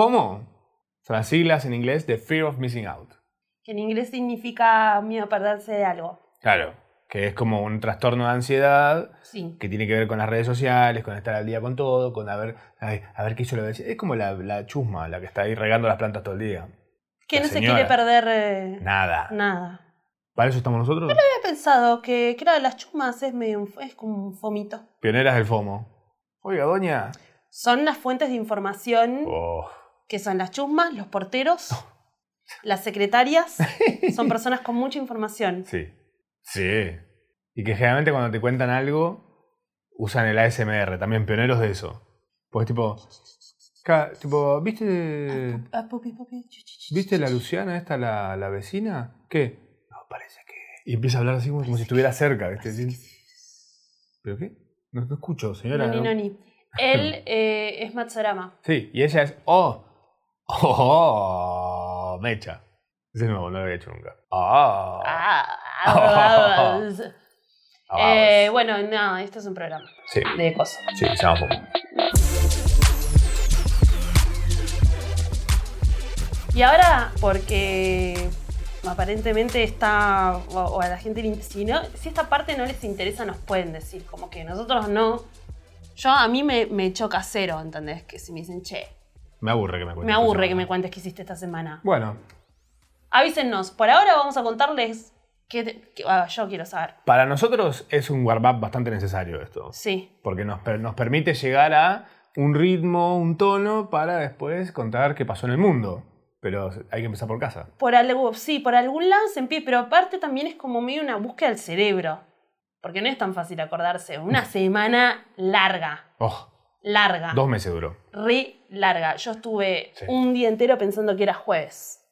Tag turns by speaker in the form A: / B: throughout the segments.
A: FOMO, son las siglas en inglés de Fear of Missing Out.
B: que en inglés significa miedo a perderse de algo.
A: Claro, que es como un trastorno de ansiedad
B: Sí.
A: que tiene que ver con las redes sociales, con estar al día con todo, con a ver, ay, a ver qué hizo la vecina. Es como la, la chusma, la que está ahí regando las plantas todo el día.
B: Que
A: La
B: no se
A: señora.
B: quiere perder eh,
A: Nada.
B: nada.
A: ¿Para eso estamos nosotros?
B: Había pensado que, que era las chumas es, medio un- es como un fomito.
A: Pioneras del FOMO. Oiga, doña.
B: Son las fuentes de información
A: Oh,
B: que son las chusmas, los porteros, las secretarias. Son personas con mucha información.
A: sí. Sí. Y que generalmente cuando te cuentan algo, usan el ASMR, también pioneros de eso. Pues tipo, ca- tipo, ¿viste,
B: Ah, pupi, pupi, chu, chu, chu,
A: ¿viste
B: chu,
A: la
B: chu.
A: Luciana esta, la, la vecina? ¿Qué? No, parece que... Y empieza a hablar así como, como si estuviera cerca. ¿viste? ¿Pero qué? No, no escucho, señora.
B: Noni,
A: no-
B: noni. Él eh, es Matsurama.
A: Sí, y ella es oh, oh, mecha. Ese es nuevo, no lo había hecho nunca. Oh,
B: Ah, ah, ah.
A: ah,
B: Eh, bueno, no, esto es un programa
A: sí,
B: de cosas.
A: sí, se llama Fomo.
B: Y ahora, porque aparentemente está, o, o a la gente, le in- si, no, si esta parte no les interesa, nos pueden decir, como que nosotros no. Yo a mí me, me choca cero, ¿entendés? Que si me dicen, che,
A: Me aburre que me cuentes.
B: me aburre que me cuentes qué hiciste esta semana.
A: Bueno,
B: Avísennos, por ahora vamos a contarles qué, te- qué- ah, yo quiero saber.
A: para nosotros es un warm-up bastante necesario esto.
B: Sí,
A: Porque nos, per- nos permite llegar a un ritmo, un tono, para después contar qué pasó en el mundo. Pero hay que empezar por casa.
B: por algo, sí, por algún lado se empieza, pero aparte también es como medio una búsqueda del cerebro. Porque no es tan fácil acordarse. Una semana larga,
A: Oh,
B: larga.
A: dos meses duró.
B: re larga. Yo estuve
A: Sí.
B: un día entero pensando que era jueves.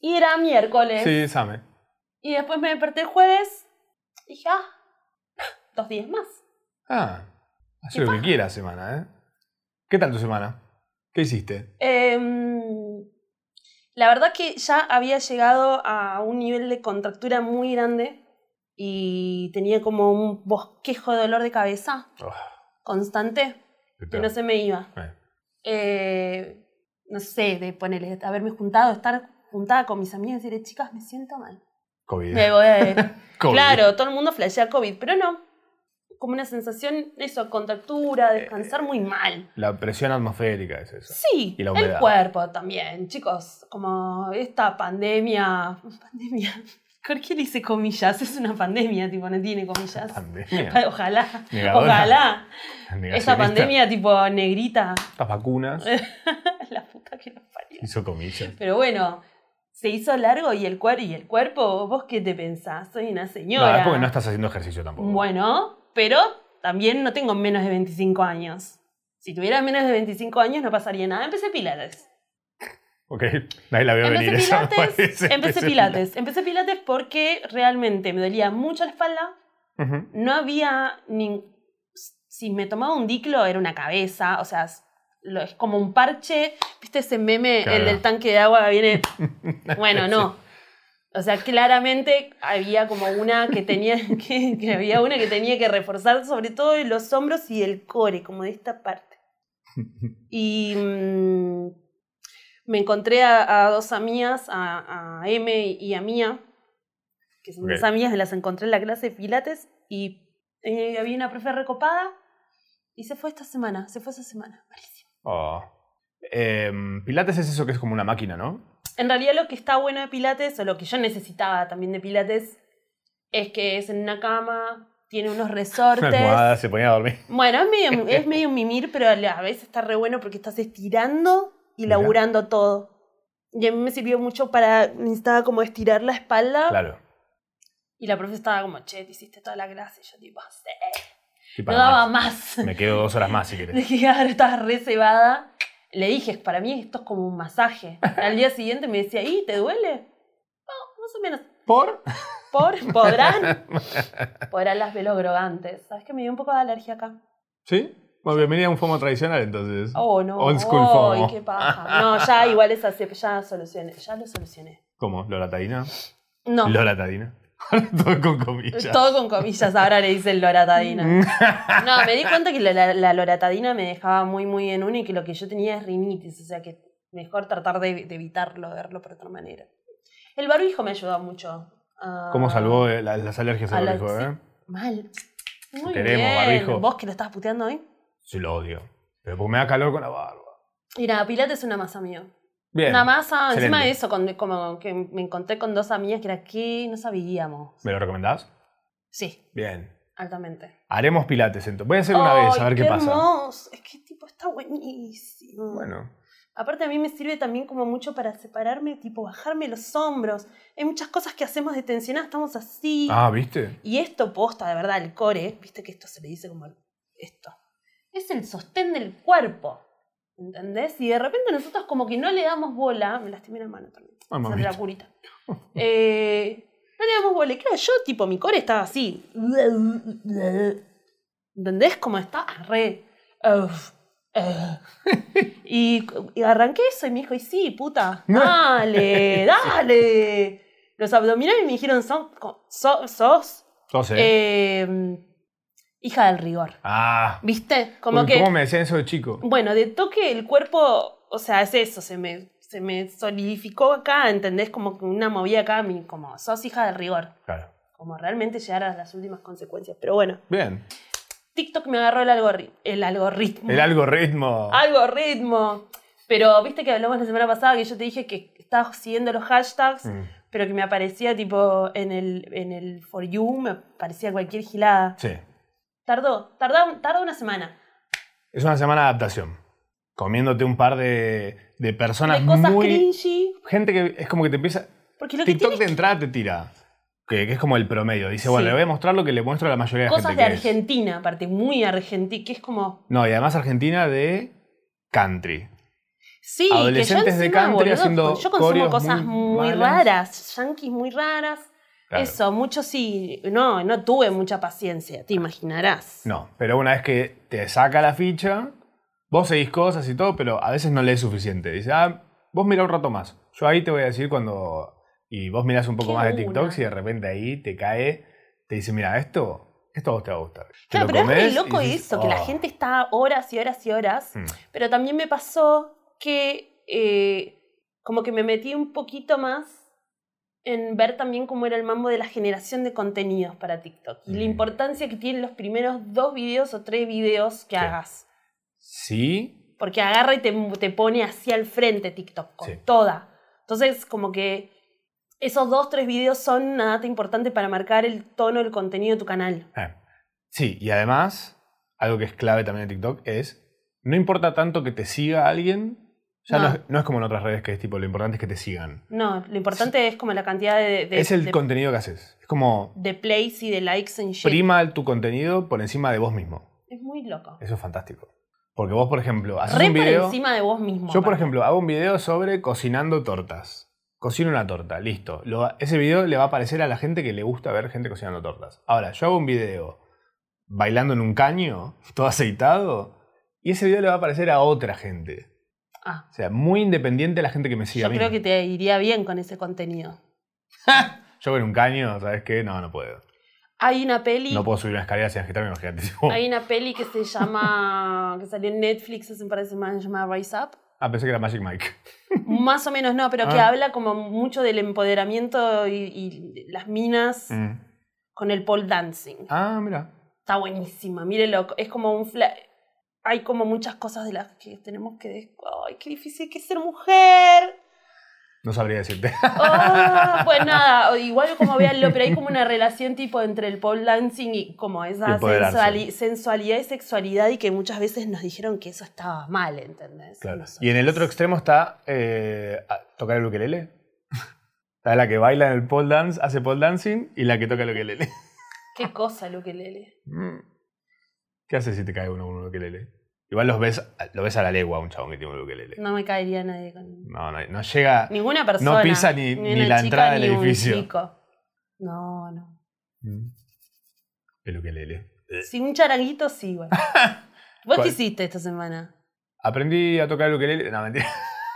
B: Y era miércoles.
A: Sí, Same.
B: Y después me desperté el jueves y dije, ah, dos días más.
A: Ah, hace
B: ¿Qué
A: lo que quiera semana, ¿eh? ¿Qué tal tu semana? ¿Qué hiciste?
B: Em, la verdad que ya había llegado a un nivel de contractura muy grande y tenía como un bosquejo de dolor de cabeza
A: Oh,
B: constante que
A: peor.
B: no se me iba.
A: Eh,
B: eh, no sé, de ponerle, haberme juntado, estar juntada con mis amigas y decirle, chicas, me siento mal.
A: COVID.
B: Me voy a ir.
A: COVID.
B: Claro, todo el mundo flashea COVID, pero no. Como una sensación, eso, contractura, descansar muy mal.
A: La presión atmosférica es eso.
B: Sí,
A: y la
B: el
A: humedad.
B: cuerpo también, chicos. Como esta pandemia. Pandemia. ¿Por qué le hice comillas? Es una pandemia, tipo, no tiene comillas.
A: Pandemia.
B: Ojalá.
A: Negadora.
B: Ojalá.
A: negacionista,
B: Esta pandemia, tipo, negrita.
A: Estas vacunas.
B: La puta que nos parió.
A: Hizo comillas.
B: Pero bueno, se hizo largo y el, cuer y el cuerpo, ¿vos qué te pensás? Soy una
A: No,
B: señora.
A: es porque no estás haciendo ejercicio tampoco.
B: Bueno, pero también no tengo menos de 25 años. Si tuviera menos de 25 años no pasaría nada. Empecé pilates.
A: Ok, nadie la veo
B: Empecé
A: venir. esa me
B: pilates,
A: parece.
B: empecé pilates. Empecé pilates porque realmente me dolía mucho la espalda.
A: Ujú.
B: No había ni... Si me tomaba un diclo era una cabeza, o sea, es lo- es como un parche. ¿Viste ese meme,
A: Claro.
B: el del tanque de agua que viene? Bueno, no. O sea, claramente había como una que tenía que, que había una que tenía que reforzar sobre todo en los hombros y el core, como de esta parte. Y mm, me encontré a, a dos amigas, a, a M y a Mía, que son
A: Ok.
B: mis amigas, me las encontré en la clase de Pilates y eh, había una profe recopada y se fue esta semana, se fue esa semana. Malísimo.
A: Oh. Em, pilates es eso que es como una máquina, ¿no?
B: En realidad lo que está bueno de Pilates, o lo que yo necesitaba también de Pilates, es que es en una cama, tiene unos
A: Una almohada,
B: resortes.
A: se ponía a dormir.
B: Bueno, es medio, es medio mimir, pero a la vez está re bueno porque estás estirando y
A: Mirá.
B: laburando todo. Y a mí me sirvió mucho para, necesitaba como estirar la espalda.
A: Claro.
B: Y la profe estaba como, che, te hiciste toda la clase. Y yo tipo, "Sí".
A: Y
B: no
A: para
B: daba
A: más.
B: más.
A: Me quedo dos horas más si querés.
B: Dije, ahora estás re cebada. Le dije, para mí esto es como un masaje. Al día siguiente me decía, ¿y te duele? No, más o menos.
A: ¿Por?
B: Por, podrán. Podrán las velos grogantes. ¿Sabes que me dio un poco de alergia acá?
A: ¿Sí? Bueno, bienvenida a un FOMO tradicional entonces.
B: Oh, no.
A: Old school
B: Ay,
A: FOMO.
B: qué paja. No, ya igual es así, ya solucioné. Ya lo solucioné.
A: ¿Cómo? ¿Loratadina?
B: No,
A: ¿Loratadina? Ahora todo con comillas. Mm.
B: Todo con comillas, ahora le dicen loratadina. No, me di cuenta que la, la- la loratadina me dejaba muy, muy en una y que lo que yo tenía es rinitis, o sea que mejor tratar de, de evitarlo, verlo por otra manera. El barbijo me ayudó mucho. a-
A: ¿Cómo salvó eh, la- las alergias
B: A
A: al
B: la-
A: barbijo,
B: sí.
A: eh?
B: Mal. Muy
A: queremos,
B: bien.
A: barbijo.
B: ¿Vos que lo estabas puteando hoy?
A: Sí, lo odio. Pero porque me da calor con la barba.
B: Mira, Pilates es una masa mío.
A: Bien.
B: Una masa, encima
A: excelente.
B: de eso, con- como que me encontré con dos amigas que era que no sabíamos.
A: ¿Me lo recomendás?
B: Sí,
A: Bien.
B: altamente.
A: Haremos pilates entonces. Voy a hacer una vez, a ver qué, pasa.
B: hermoso! Es que tipo está buenísimo.
A: Bueno,
B: Aparte a mí me sirve también como mucho para separarme, tipo bajarme los hombros. Hay muchas cosas que hacemos de tensionada, estamos así.
A: Ah, ¿viste?
B: Y esto posta, de verdad, el core, viste que esto se le dice como el- esto. Es el sostén del cuerpo. ¿Entendés? Y de repente nosotros como que no le damos bola. Me lastimé la mano también.
A: Ah,
B: Sale la
A: mamita.
B: curita. Eh, no le damos bola. Y Claro, yo tipo, mi core estaba así. ¿Entendés? Como está re. uf, uf. Y, y arranqué eso y me dijo, y sí, puta, dale, dale. Los abdominales me dijeron, son, so- sos
A: Entonces.
B: eh, hija del rigor.
A: ah.
B: ¿Viste? Como
A: Uy,
B: que,
A: ¿Cómo me decían eso de chico?
B: bueno, de toque el cuerpo, o sea, es eso, se me, se me solidificó acá, ¿entendés? Como que una movida acá, mi- como sos hija del rigor.
A: Claro.
B: Como realmente llegar a las últimas consecuencias. Pero bueno,
A: Bien.
B: TikTok me agarró el, algorri- el algoritmo.
A: El algoritmo.
B: Ah, algoritmo. Pero viste que hablamos la semana pasada que yo te dije que estabas siguiendo los hashtags,
A: Mm,
B: pero que me aparecía tipo en el, en el For You, me aparecía cualquier gilada.
A: Sí.
B: Tardó, tardó, tardó una semana.
A: Es una semana de adaptación. Comiéndote un par de, de personas
B: de cosas
A: muy.
B: cringy.
A: Gente que es como que te empieza.
B: Porque lo que
A: TikTok
B: tiene
A: de entrada te tira. Que, que es como el promedio. Dice,
B: Sí.
A: bueno, le voy a mostrar lo que le muestro a la mayoría de
B: es cosas
A: gente.
B: de
A: que es.
B: Argentina, aparte, muy argentina, que es como.
A: No, y además Argentina de country.
B: Sí,
A: Adolescentes
B: que yo
A: de
B: encima,
A: country
B: boludo, pues,
A: haciendo
B: yo consumo
A: coreos
B: cosas
A: muy
B: muy
A: malas.
B: raras, yanquis muy raras.
A: Claro.
B: Eso, mucho sí. No, no tuve mucha paciencia, te imaginarás.
A: No, pero una vez que te saca la ficha, vos seguís cosas y todo, pero a veces no lees suficiente. Dice, ah, vos mirá un rato más. Yo ahí te voy a decir cuando. Y vos mirás un poco
B: Qué
A: más de
B: una.
A: TikToks y de repente ahí te cae, te dice, mira, esto, esto a vos te va a gustar. Te
B: Claro,
A: lo
B: pero es re
A: comés y
B: loco
A: dices,
B: eso, que la
A: "Oh".
B: gente está horas y horas y horas.
A: Mm.
B: Pero también me pasó que eh, como que me metí un poquito más en ver también cómo era el mambo de la generación de contenidos para TikTok y la
A: Mm.
B: importancia que tienen los primeros dos videos o tres videos que
A: Sí.
B: hagas.
A: Sí,
B: Porque agarra y te, te pone así al frente TikTok, con
A: Sí.
B: toda. Entonces, como que esos dos, tres videos son una data importante para marcar el tono del contenido de tu canal.
A: eh. sí, y además, algo que es clave también de TikTok es, no importa tanto que te siga alguien, ya no,
B: No.
A: es, no es como en otras redes que es tipo, lo importante es que te sigan.
B: No, lo importante es como la cantidad de, de,
A: es el
B: de-
A: contenido que haces. Es como,
B: de plays y de likes en shit.
A: prima tu contenido por encima de vos mismo.
B: Es muy loco.
A: Eso es fantástico. Porque vos, por ejemplo, haces
B: Re
A: un
B: por
A: video.
B: encima de vos mismo.
A: Yo, por
B: aparte.
A: ejemplo, hago un video sobre cocinando tortas. Cocino una torta, listo. Lo- ese video le va a aparecer a la gente que le gusta ver gente cocinando tortas. Ahora, yo hago un video bailando en un caño, todo aceitado, y ese video le va a aparecer a otra gente.
B: Ah,
A: O sea, muy independiente de la gente que me sigue a
B: yo
A: mí.
B: creo que te iría bien con ese contenido.
A: Yo en un caño, ¿sabes qué? No, no puedo.
B: Hay una peli.
A: No puedo subir una escalera sin agitarme, imagínate.
B: Hay una peli que se llama. que salió en Netflix hace un par de semanas, llamada Rise Up.
A: Ah, pensé que era Magic Mike.
B: Más o menos no, pero que
A: Ah.
B: habla como mucho del empoderamiento y, y las minas
A: Mm.
B: con el pole dancing.
A: Ah, mira.
B: Está buenísima, mírelo. Es como un fla- Hay como muchas cosas de las que tenemos que. des- ¡Ay, qué difícil que es ser mujer!
A: No sabría decirte.
B: Ah, pues nada, o igual como veanlo, pero hay como una relación tipo entre el pole dancing y como esa
A: Empoderarse.
B: sensuali- sensualidad y sexualidad y que muchas veces nos dijeron que eso estaba mal, ¿entendés?
A: Claro.
B: Nosotros.
A: Y en el otro extremo está eh, a- tocar el ukelele. Está la que baila en el pole dance, hace pole dancing y la que toca el ukelele.
B: Qué cosa, lo que lele.
A: Mm. ¿Qué haces si te cae uno con un ukelele? Igual los ves, lo ves a la legua un chabón que tiene un ukelele.
B: No me caería nadie con
A: No, no, no llega.
B: ninguna persona.
A: pisa ni- ni
B: una
A: la
B: chica,
A: entrada del
B: ni un
A: edificio.
B: chico. No, no.
A: Mm. El ukelele.
B: Si un charanguito sí, bueno.
A: Eh.
B: ¿Vos
A: ¿Cuál? Eh,
B: qué hiciste esta semana?
A: Aprendí a tocar el ukelele. No, mentira.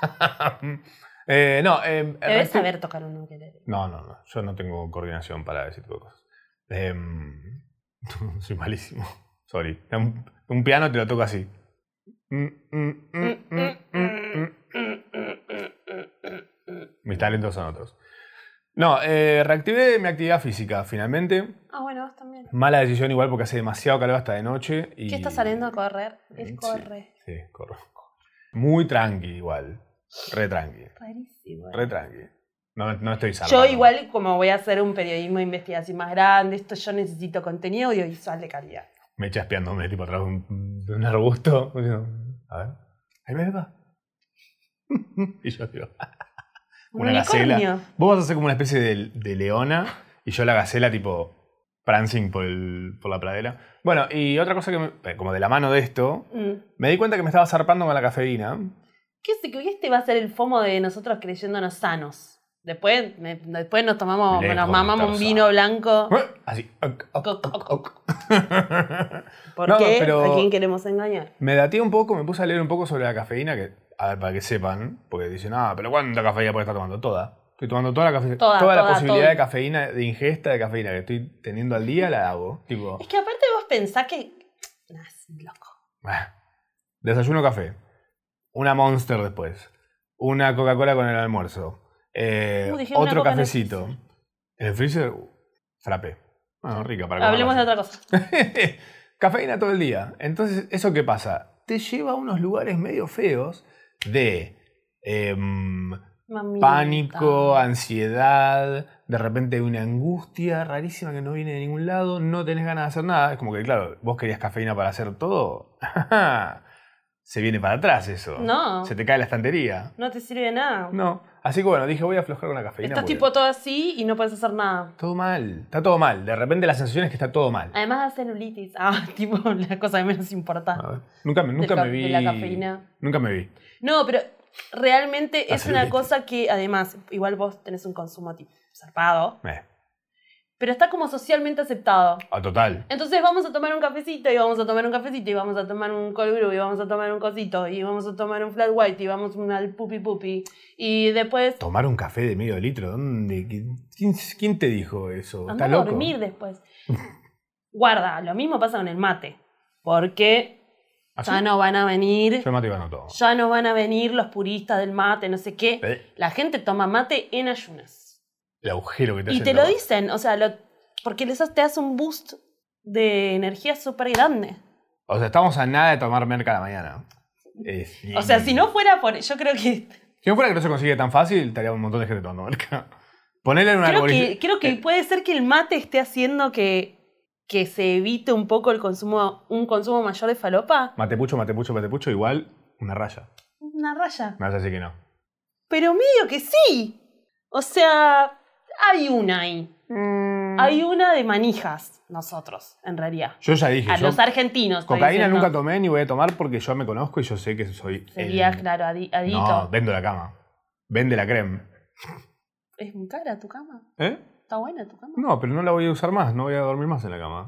A: Eh, no, eh,
B: Debes
A: reacti-
B: saber tocar un ukelele.
A: No, no, no. Yo no tengo coordinación para ese tipo de cosas. Em, soy malísimo. Sorry. Un, un piano te lo toco así. Mm, mm, mm, mm, mm, mm. Mis talentos son otros. No, eh, reactivé mi actividad física finalmente.
B: Ah, bueno, vos también.
A: Mala decisión igual porque hace demasiado calor hasta de noche. Y...
B: ¿Qué está saliendo a correr?
A: Sí.
B: Él corre.
A: Sí, corro. Muy tranqui igual. Re tranqui.
B: Rarísimo. ¿eh?
A: Re tranqui. No, no estoy salvo.
B: Yo igual, como voy a hacer un periodismo de investigación más grande, esto yo necesito contenido audiovisual de calidad.
A: Me chaspeándome tipo atrás de un, de un arbusto. diciendo, A ver. Ahí me va. y yo digo.
B: Un
A: Una
B: unicornio.
A: Vos vas a ser como una especie de, de leona y yo la gacela tipo prancing por, el- por la pradera. Bueno, y otra cosa que me- eh, como de la mano de esto,
B: Mm.
A: me di cuenta que me estaba zarpando con la cafeína.
B: ¿Qué sé que hoy este va a ser el fomo de nosotros creyéndonos sanos? Después, me- después nos tomamos,
A: Lejos
B: nos
A: de
B: mamamos
A: estar
B: un vino blanco.
A: Así. Oc, oc,
B: Oc,
A: oc,
B: oc,
A: oc. No,
B: ¿Por qué?
A: pero-
B: ¿A quién queremos engañar?
A: Me daté un poco, me puse a leer un poco sobre la cafeína, que, a ver, para que sepan, porque dicen, ah, pero ¿cuánta cafeína puede estar tomando? Toda. Estoy tomando toda la cafeína.
B: Toda,
A: la
B: toda,
A: posibilidad
B: toda.
A: de cafeína, de ingesta de cafeína que estoy teniendo al día, la hago. Tipo,
B: Es que aparte vos pensás que. Nah, es un loco.
A: ah, desayuno café. Una Monster después. Una Coca-Cola con el almuerzo. eh,
B: Uh, dejé una
A: otro
B: Coca en el
A: cafecito. En el freezer, uh, frappé. Bueno, rica para
B: Hablemos
A: comer.
B: de otra cosa.
A: Cafeína todo el día. Entonces, ¿eso qué pasa? Te lleva a unos lugares medio feos de em,
B: Mamita.
A: pánico, ansiedad, de repente una angustia rarísima que no viene de ningún lado, no tenés ganas de hacer nada. Es como que, claro, vos querías cafeína para hacer todo. Se viene para atrás eso.
B: No.
A: Se te cae la estantería.
B: No te sirve de nada.
A: No. Así que bueno, dije, voy a aflojar con la cafeína.
B: Estás
A: porque
B: tipo todo así y no puedes hacer nada.
A: Todo mal. Está todo mal. De repente la sensación es que está todo mal.
B: Además da celulitis. Ah, tipo la cosa que menos
A: A
B: importa.
A: ver. Nunca, me- Ah, nunca
B: ca-
A: me vi.
B: de la cafeína.
A: Nunca me vi.
B: No, pero realmente
A: La
B: es una
A: Ah, celulitis.
B: cosa que además, igual vos tenés un consumo tipo zarpado,
A: Eh,
B: pero está como socialmente aceptado.
A: a total.
B: Entonces vamos a tomar un cafecito y vamos a tomar un cafecito y vamos a tomar un cold brew y vamos a tomar un cosito y vamos a tomar un flat white y vamos al pupi pupi y después
A: Tomar un café de medio litro, ¿dónde? ¿Quién, quién te dijo eso?
B: Andá
A: ¿Estás
B: a
A: loco?
B: dormir después. Guarda, lo mismo pasa con el mate, porque
A: ¿Ah, sí?
B: ya no van a venir,
A: Yo el mate igual no tomo.
B: ya no van a venir los puristas del mate, no sé qué.
A: Eh,
B: La gente toma mate en ayunas.
A: El agujero que te
B: Y
A: hace
B: te
A: el
B: lo
A: agua.
B: dicen, o sea, lo- porque eso te hace un boost de energía súper grande.
A: O sea, estamos a nada de tomar merca a la mañana. Es-
B: O sea, si no fuera por... Yo creo que...
A: Si no fuera que no se consigue tan fácil, estaría un montón de gente tomando merca. Ponele en una
B: Creo
A: arboliz-
B: que, creo que
A: Eh,
B: puede ser que el mate esté haciendo que, que se evite un poco el consumo, un consumo mayor de falopa.
A: Matepucho, matepucho, matepucho, igual una raya.
B: Una raya.
A: Me vas a decir que no.
B: Pero medio que sí. O sea, hay una ahí. Hay una de manijas, nosotros, en realidad.
A: Yo ya dije,
B: A
A: yo
B: los argentinos. estoy
A: cocaína
B: diciendo.
A: nunca tomé ni voy a tomar porque yo me conozco y yo sé que soy el-
B: Sería, claro, adi- adicto.
A: Eh, No, vendo la cama. Vende la creme.
B: Es muy cara tu cama.
A: ¿Eh?
B: Está buena tu cama.
A: No, pero no la voy a usar más, no voy a dormir más en la cama.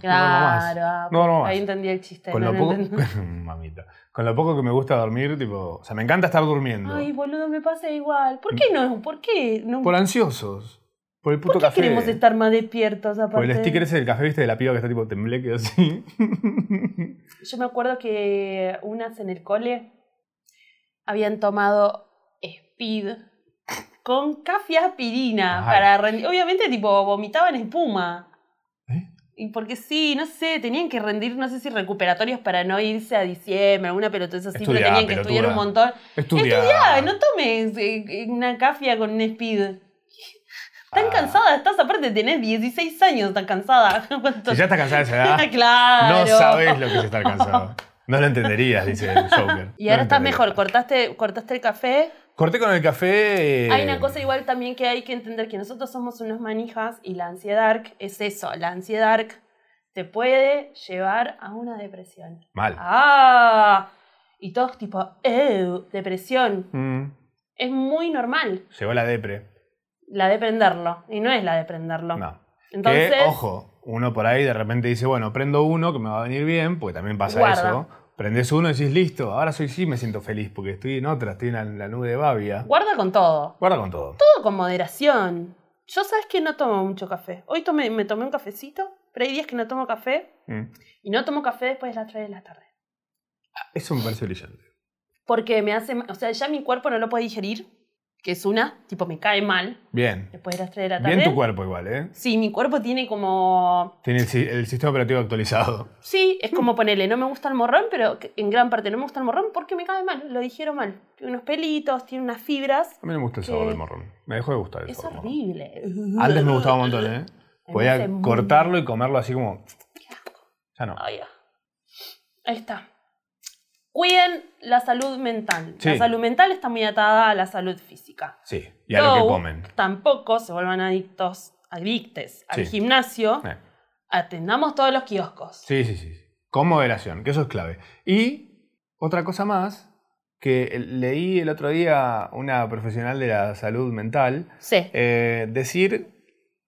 A: No duermo más.
B: Claro. ah,
A: No duermo más.
B: Ahí entendí el chiste.
A: Con
B: no,
A: lo
B: no
A: poco.
B: entendí.
A: Mamita. Con lo poco que me gusta dormir, tipo. O sea, me encanta estar durmiendo.
B: Ay, boludo, me pasa igual. ¿Por qué no? ¿Por qué no?
A: por ansiosos. Por el puto
B: ¿Por qué
A: café.
B: queremos estar más despiertos aparte?
A: por el sticker ese del café, viste, de la piba que está tipo tembleque así.
B: Yo me acuerdo que unas en el cole habían tomado speed con café aspirina
A: Ay.
B: para rendir. Obviamente, tipo, vomitaban espuma.
A: ¿Eh?
B: Y porque sí, no sé, tenían que rendir, no sé si recuperatorios para no irse a diciembre, alguna peloteza así, pero
A: Estudiá,
B: tenían que
A: pelotuda.
B: estudiar un montón.
A: Estudia.
B: Ah, no tomes eh, una cafia con un speed. Tan
A: Ah.
B: cansada estás, aparte tenés 16 años, tan cansada. ¿Cuánto?
A: Si ya estás cansada de esa edad,
B: claro.
A: no sabes lo que es estar cansado. No lo entenderías, dice el Joker. No
B: Y ahora
A: lo
B: estás
A: entenderías.
B: mejor, cortaste, cortaste el café.
A: Corté con el café. eh,
B: Hay una cosa igual también que hay que entender, que nosotros somos unos manijas y la ansiedad arc es eso, la ansiedad arc te puede llevar a una depresión.
A: Mal.
B: ¡Ah! Y todos tipo, ¡ew! Depresión.
A: Mm.
B: Es muy normal
A: Llegó la depre.
B: la de prenderlo, y no es la de prenderlo.
A: No.
B: Entonces,
A: que, ojo, uno por ahí de repente dice, bueno, prendo uno que me va a venir bien, porque también pasa
B: Guarda.
A: eso. Prendes uno y decís, listo, ahora soy sí, me siento feliz porque estoy en otra, estoy en la, la nube de Babia.
B: Guarda con todo.
A: Guarda con todo.
B: Todo con moderación. Yo sabes que no tomo mucho café. Hoy tomé, me tomé un cafecito, pero hay días que no tomo café
A: Mm.
B: y no tomo café después de las 3 de la tarde.
A: Ah, Eso me parece brillante.
B: Porque me hace, ma- o sea, ya mi cuerpo no lo puede digerir, que es una, tipo me cae mal
A: Bien.
B: después de las 3 de la tarde.
A: Bien tu cuerpo igual, ¿eh?
B: Sí, mi cuerpo tiene como...
A: Tiene el, si- el sistema operativo actualizado.
B: Sí, es
A: Hmm.
B: como ponerle, no me gusta el morrón, pero que- en gran parte no me gusta el morrón porque me cae mal, lo dijeron mal. Tiene unos pelitos, tiene unas fibras.
A: A mí no me gusta el
B: ¿Qué?
A: sabor del morrón. Me dejó de gustar el
B: Es
A: sabor del morrón.
B: horrible.
A: Antes me gustaba un montón, ¿eh?
B: Me
A: Podía
B: hace muy-
A: cortarlo y comerlo así como. Ya no.
B: Ay, ah. Ahí está. Cuiden la salud mental.
A: Sí.
B: La salud mental está muy atada a la salud física.
A: Sí. Y a lo que
B: No,
A: comen.
B: Tampoco se vuelvan adictos, adictes al
A: Sí.
B: gimnasio.
A: Eh.
B: Atendamos todos los kioscos.
A: Sí, sí, sí. Con moderación, que eso es clave. Y otra cosa más, que leí el otro día una profesional de la salud mental
B: Sí.
A: eh, decir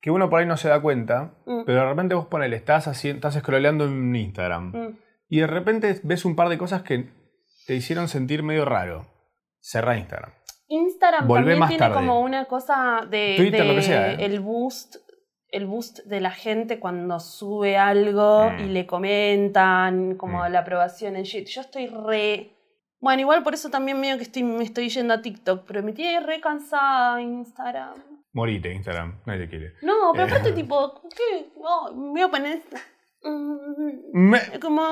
A: que uno por ahí no se da cuenta,
B: Mm.
A: pero de repente vos ponele, estás, así, estás scrolleando en Instagram
B: Mm.
A: y de repente ves un par de cosas que te hicieron sentir medio raro. Cerra Instagram.
B: Instagram
A: Volvé
B: también
A: más
B: tiene
A: tarde.
B: como una cosa de,
A: Twitter,
B: de
A: lo que sea, ¿eh?
B: el boost el boost de la gente cuando sube algo
A: Mm.
B: y le comentan como
A: Mm.
B: la aprobación en shit. Yo estoy re bueno, igual por eso también medio que estoy, me estoy yendo a TikTok, pero me tiene re cansada Instagram.
A: Morite Instagram, nadie te quiere.
B: No, pero
A: Eh.
B: aparte tipo, ¿qué? No, me voy a poner esta. Mm,
A: Me-
B: como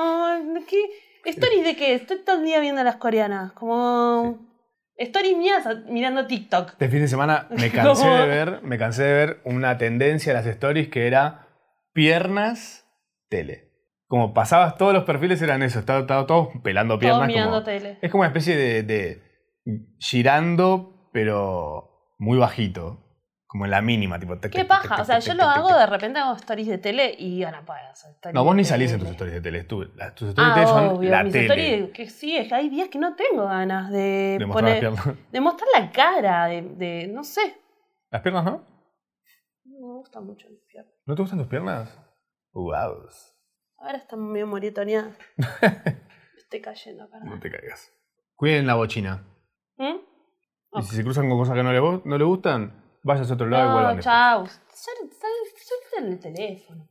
B: ¿qué? stories de qué estoy todo el día viendo a las coreanas como stories mías a- mirando TikTok
A: Este fin de semana me cansé
B: ¿Cómo?
A: de ver, me cansé de ver una tendencia en las stories que era piernas tele. Como pasabas todos los perfiles eran eso, estaban estaban todos pelando
B: todo
A: piernas. como-
B: mirando tele
A: es como una especie de, de girando, pero muy bajito. Como en la mínima, tipo. tac,
B: qué
A: tac, tac,
B: paja
A: tac,
B: o sea
A: tac,
B: yo
A: tac,
B: lo
A: tac,
B: hago
A: tac.
B: de repente hago stories de tele y ahora para
A: No, vos ni salís en tus stories de tele. tú- las- tus stories
B: ah,
A: de tele son
B: obvio,
A: la
B: mis
A: tele.
B: stories que sí es que hay días que no tengo ganas de,
A: de mostrar las
B: poner
A: piernas.
B: de mostrar la cara de, de- no sé
A: ¿Las piernas no?
B: no me gusta mucho el infierno.
A: ¿No te gustan tus piernas? Wow.
B: ahora está medio moretoneada me estoy cayendo
A: No
B: perdón
A: te caigas. Cuiden la bochina.
B: ¿Mm?
A: Y si se cruzan con cosas que no le, gu- no le gustan, vayas a otro lado y vuelvan
B: No,
A: después.
B: chau. Sal- sal- salte del teléfono.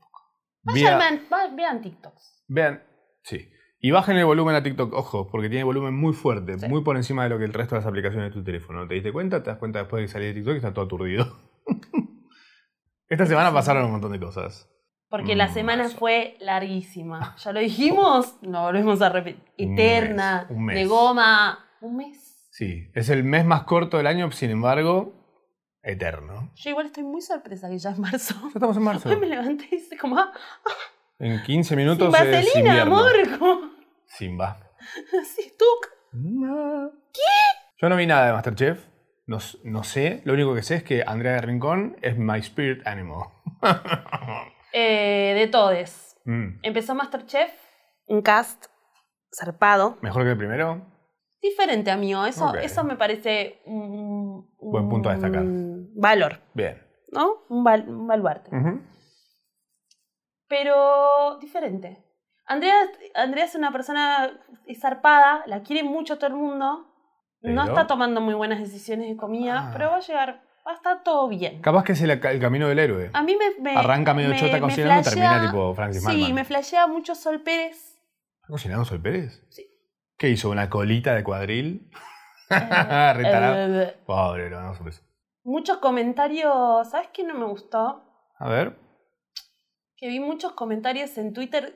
A: Vía-
B: Vayan, vean- va- vean TikToks.
A: vean, sí. Y bajen el volumen a TikTok, ojo, porque tiene volumen muy fuerte,
B: Sí.
A: muy por encima de lo que el resto de las aplicaciones de tu teléfono. ¿Te diste cuenta? Te das cuenta después de que salí de TikTok y está todo aturdido. Esta semana pasaron un montón de cosas.
B: Porque la
A: Mm,
B: semana
A: mazo.
B: fue larguísima. Ya lo dijimos, no volvemos a repetir.
A: Un
B: Eterna,
A: mes, un mes.
B: de goma. Un mes.
A: Sí, es el mes más corto del año, sin embargo, eterno.
B: Yo igual estoy muy sorpresa que ya es marzo.
A: Ya estamos en marzo.
B: Hoy me levanté y hice como, ah,
A: En 15
B: sin
A: minutos es
B: vaselina,
A: invierno.
B: amor. Como,
A: Simba.
B: así, tuc.
A: ¿Qué? Yo no vi nada de Masterchef. No, s- no sé. Lo único que sé es que Andrea de Rincón es My Spirit Animal.
B: Eh, de todes.
A: Mm.
B: Empezó Masterchef, un cast zarpado.
A: Mejor que el primero.
B: diferente, amigo. Eso,
A: Ok.
B: eso me parece un, un-
A: Buen punto a destacar.
B: un valor,
A: Bien.
B: ¿no? Un, val- un baluarte.
A: Ujú.
B: Pero diferente. Andrea, Andrea es una persona es zarpada, la quiere mucho todo el mundo.
A: Pero-
B: No está tomando muy buenas decisiones de comida,
A: Ah.
B: pero va a llegar, va a estar todo bien.
A: Capaz que es el, el camino del héroe.
B: A mí me. me-
A: Arranca medio
B: me-
A: chota
B: me
A: cocinando y termina
B: flashea-
A: tipo Francis
B: Sí,
A: Malman.
B: me flashea mucho Sol Pérez.
A: ¿Está cocinando Sol Pérez?
B: Sí.
A: ¿Qué hizo? ¿Una colita de cuadril?
B: Eh,
A: Retarado.
B: eh,
A: Pobre, lo damos un beso.
B: muchos comentarios. ¿Sabes qué no me gustó?
A: A ver.
B: Que vi muchos comentarios en Twitter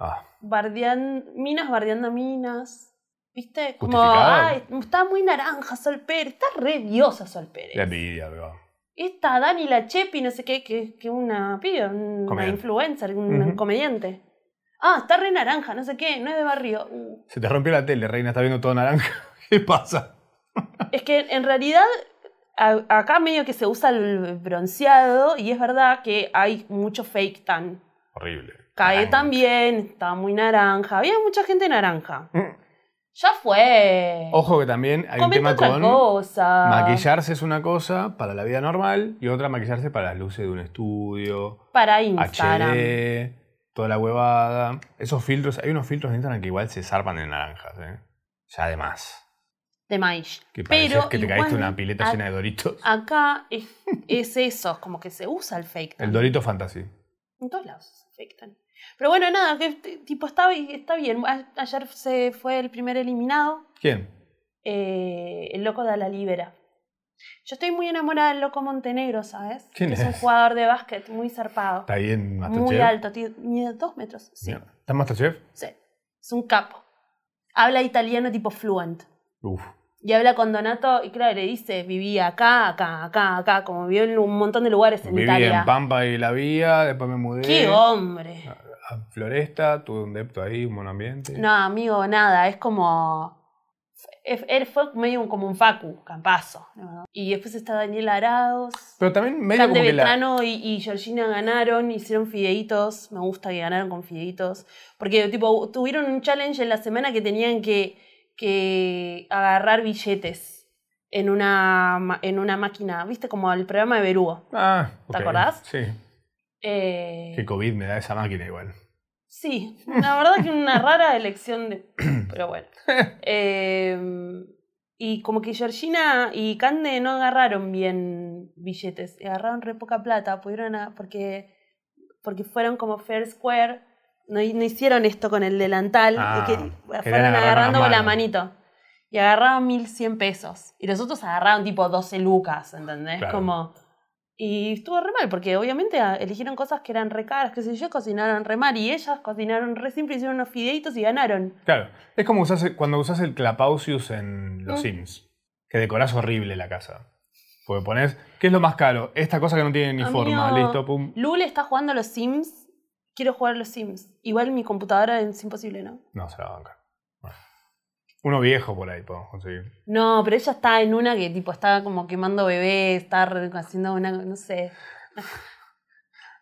A: Ah,
B: bardean, minas bardeando minas. ¿Viste? Como,
A: Justificado.
B: ay, está muy naranja Sol Pérez, está re diosa Sol Pérez.
A: la envidia, pero.
B: Esta Dani La Chepi, no sé qué, que, que una piba, una
A: Comediante.
B: influencer, un
A: Ujú.
B: comediante. Ah, está re naranja, no sé qué, no es de barrio. Uh.
A: Se te rompió la tele, reina, está viendo todo naranja. ¿Qué pasa?
B: Es que en realidad a- acá medio que se usa el bronceado y es verdad que hay mucho fake tan.
A: Horrible.
B: Cae
A: Naranja.
B: también, está muy naranja. Había mucha gente naranja.
A: Mm.
B: Ya fue.
A: Ojo que también hay un
B: Comenta
A: tema
B: otra
A: con.
B: cosa.
A: Maquillarse es una cosa para la vida normal y otra maquillarse para las luces de un estudio,
B: Para Instagram.
A: HD, toda la huevada. Esos filtros, hay unos filtros de Instagram que igual se zarpan de naranjas, ¿eh? Ya además.
B: de maíz.
A: Que pareces
B: Pero
A: que te
B: igual,
A: caíste en una pileta
B: a-
A: llena de doritos.
B: acá es, es eso, como que se usa el fake.
A: El dorito fantasy.
B: En todos lados se afectan. Pero bueno, nada, que este- tipo está, bi- está bien. A- Ayer se fue el primer eliminado,
A: ¿Quién?
B: eh, el loco de la libera. Yo estoy muy enamorada del loco Montenegro, ¿sabes?
A: ¿Quién
B: Que es? un
A: es?
B: jugador de básquet muy zarpado.
A: ¿Está ahí en Masterchef?
B: Muy alto, tiene- mide dos metros. Sí,
A: Mierda. ¿Está en Masterchef?
B: sí. Es un capo. Habla italiano tipo fluent.
A: Uf.
B: Y habla con Donato y claro, le dice, viví acá, acá, acá, acá, como vivió en un montón de lugares en
A: Viví
B: Italia.
A: en Pampa y la Vía, después me mudé
B: ¡Qué hombre!
A: a Floresta, tuve un depto ahí, un buen ambiente.
B: No, amigo, nada, es como... es- Él fue medio un- como un facu, campazo. ¿no? Y después está Daniel Arados,
A: Pero también medio
B: Can de
A: como que la...
B: Beltrano y, y Georgina ganaron, hicieron fideitos, me gusta que ganaron con fideitos, porque tipo tuvieron un challenge en la semana que tenían que, que agarrar billetes en una, ma- en una máquina, viste, como el programa de Berúa.
A: Ah,
B: ¿Te
A: ok.
B: acordás?
A: Sí.
B: Eh,
A: Qué COVID me da esa máquina igual.
B: Sí, la verdad que una rara elección de... Pero bueno. Eh, y como que Georgina y Cande no agarraron bien billetes, agarraron re poca plata, pudieron a- porque, porque fueron como fair square, no, hi- no hicieron esto con el delantal,
A: Ah,
B: y que
A: querían
B: fueron
A: agarrar con
B: agarrando
A: las
B: con la
A: manos.
B: manito. Y agarraron 1100 pesos. Y los otros agarraron tipo 12 lucas, ¿entendés?
A: Claro.
B: Como... Y estuvo re mal, porque obviamente ah, eligieron cosas que eran re caras, qué sé yo, cocinaron re mal, y ellas cocinaron re simple, hicieron unos fideitos y ganaron.
A: Claro, es como usás el- cuando usás el Clapausius en los
B: Mm.
A: Sims, que decorás horrible la casa. Porque pones, ¿qué es lo más caro? Esta cosa que no tiene ni
B: Amigo.
A: forma, listo, pum.
B: Lule está jugando a los Sims, quiero jugar a los Sims. Igual mi computadora es imposible, ¿no?
A: No, se la banca. Bueno. Uno viejo por ahí podemos conseguir.
B: No, pero ella está en una que tipo está como quemando bebés, está re- haciendo una, no sé.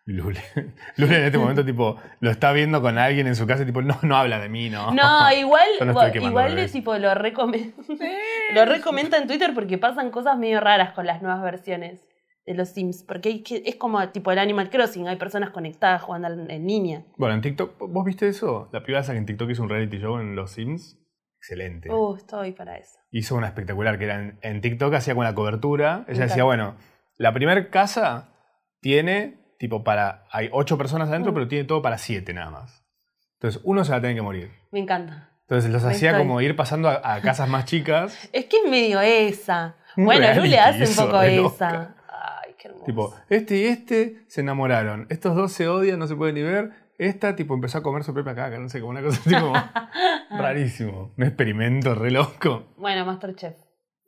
A: Lule. Lule en este momento, tipo, lo está viendo con alguien en su casa y, tipo, no, no habla de mí, no.
B: No, igual,
A: Yo no estoy
B: igual,
A: quemando
B: le,
A: bebés.
B: tipo lo recomiendo. lo recomenta en Twitter porque pasan cosas medio raras con las nuevas versiones de los Sims. Porque hay que- es como tipo el Animal Crossing, hay personas conectadas jugando al- en línea.
A: Bueno, en TikTok, ¿vos viste eso? La piba esa que en TikTok hizo un reality show en los Sims. Excelente.
B: Uh, estoy para eso.
A: hizo una espectacular que era en, en TikTok, hacía con la cobertura. Ella
B: encanta.
A: decía, bueno, la primer casa tiene, tipo, para. Hay ocho personas adentro,
B: Mm.
A: pero tiene todo para siete nada más. Entonces, uno se va a tener que morir.
B: Me encanta.
A: Entonces, los
B: Me
A: hacía
B: estoy.
A: como ir pasando a, a casas más chicas.
B: Es que es medio esa.
A: Un
B: Bueno,
A: reality
B: Lule hace un
A: hizo,
B: poco
A: re
B: esa.
A: loca.
B: Ay, qué hermoso.
A: Tipo, este y este se enamoraron. Estos dos se odian, no se pueden ni ver. Esta, tipo, empezó a comer su propia caca, no sé, como una cosa así como. rarísimo. Un experimento re loco.
B: Ah, Bueno, Masterchef.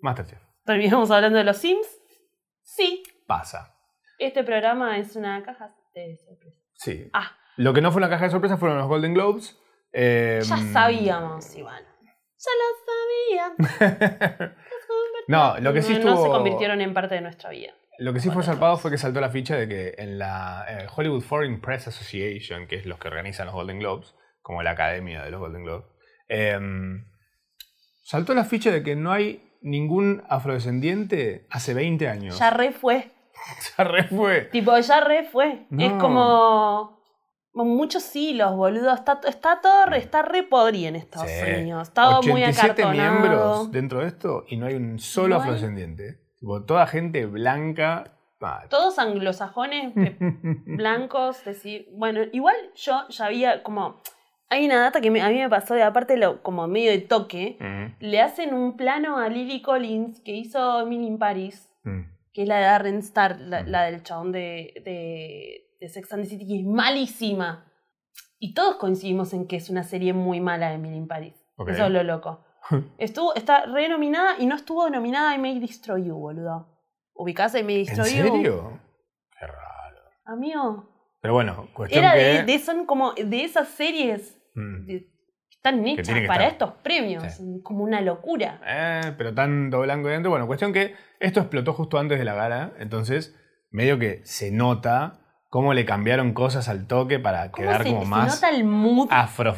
A: Masterchef.
B: ¿Terminamos hablando de los Sims? Sí.
A: Pasa.
B: Este programa es una caja de sorpresas.
A: Sí.
B: Ah,
A: Lo que no fue una caja de sorpresas fueron los Golden Globes. Eh,
B: ya sabíamos, Iván. Ya lo sabíamos.
A: no, lo que sí
B: No-
A: estuvo.
B: No se convirtieron en parte de nuestra vida.
A: Lo que sí fue
B: Golden
A: zarpado
B: Globes.
A: fue que saltó la ficha de que en la eh, Hollywood Foreign Press Association, que es los que organizan los Golden Globes, como la academia de los Golden Globes, em, saltó la ficha de que no hay ningún afrodescendiente hace 20 años.
B: Ya re fue.
A: Ya re fue.
B: Tipo, ya re fue.
A: No.
B: Es como. como Muchos hilos, boludo. Está, está todo re, está re podri en Estados
A: Sí.
B: Unidos. Estaba muy
A: 87
B: acartonado.
A: miembros dentro de esto y no hay un solo
B: No hay-
A: afrodescendiente. Tipo, toda gente blanca. ah,
B: Todos anglosajones, pe- blancos, decir, bueno, igual yo ya había como, hay una data que me- a mí me pasó de aparte lo, como medio de toque,
A: Mm,
B: le hacen un plano a Lily Collins que hizo Emily in Paris,
A: mm.
B: que es la de Darren Star, la,
A: Ujú.
B: la del chabón de, de, de Sex and the City, que es malísima. Y todos coincidimos en que es una serie muy mala Emily in Paris.
A: Ok.
B: Eso es lo loco. Estuvo, está renominada y no estuvo nominada I May Destroy You, boludo. ¿Ubicás I May
A: ¿En
B: Destroy You?
A: serio? Qué raro.
B: Amigo,
A: Pero bueno, cuestión
B: Era
A: que.
B: de, de- son como de esas series
A: Mm.
B: de- que están hechas
A: tiene que
B: para
A: estar.
B: estos premios.
A: Sí.
B: Como una locura.
A: Eh, pero tanto blanco dentro. Bueno, cuestión que esto explotó justo antes de la gala. Entonces, medio que se nota cómo le cambiaron cosas al toque para
B: ¿Cómo
A: quedar
B: se,
A: como
B: se
A: más
B: nota el mood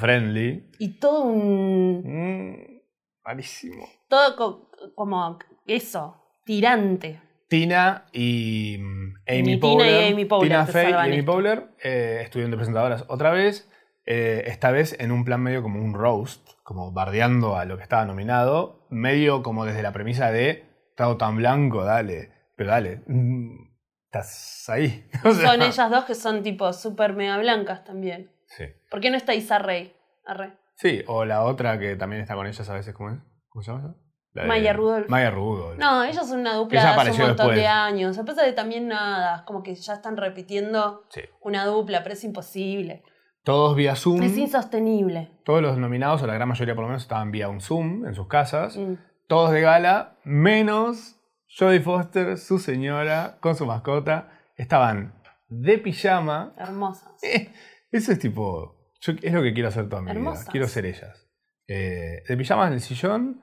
A: afro-friendly.
B: y todo un.
A: Mm, malísimo.
B: todo co- como eso, tirante.
A: Tina y mm, Amy
B: Ni Tina
A: Powler.
B: y Amy Powler
A: Tina
B: se
A: Fey y
B: salvan
A: Amy
B: esto.
A: Powler eh, estuvieron de presentadoras otra vez. eh, esta vez en un plan medio como un roast, como bardeando a lo que estaba nominado. Medio como desde la premisa de trago tan blanco, dale. Pero dale, mm, estás ahí. O sea,
B: Son ellas dos que son tipo super mega blancas también.
A: Sí.
B: ¿Por qué no está Isa Rey? Arre.
A: Sí, o la otra que también está con ellas a veces, ¿cómo es? ¿Cómo se llama esa? La de-
B: Maya Rudolph.
A: Maya Rudolph.
B: No, ellas son una dupla
A: Ella
B: de hace un
A: apareció
B: montón de
A: después.
B: años. A pesar de también nada, como que ya están repitiendo
A: Sí.
B: una dupla, pero es imposible.
A: Todos vía Zoom.
B: Es insostenible.
A: Todos los nominados, o la gran mayoría por lo menos, estaban vía un Zoom en sus casas.
B: Mm.
A: Todos de gala, menos Jodie Foster, su señora, con su mascota. Estaban de pijama.
B: Hermosas.
A: Eh, Eso es tipo. yo- es lo que quiero hacer toda mi
B: Hermosas.
A: vida. Quiero ser ellas. Eh, de pijamas en el sillón.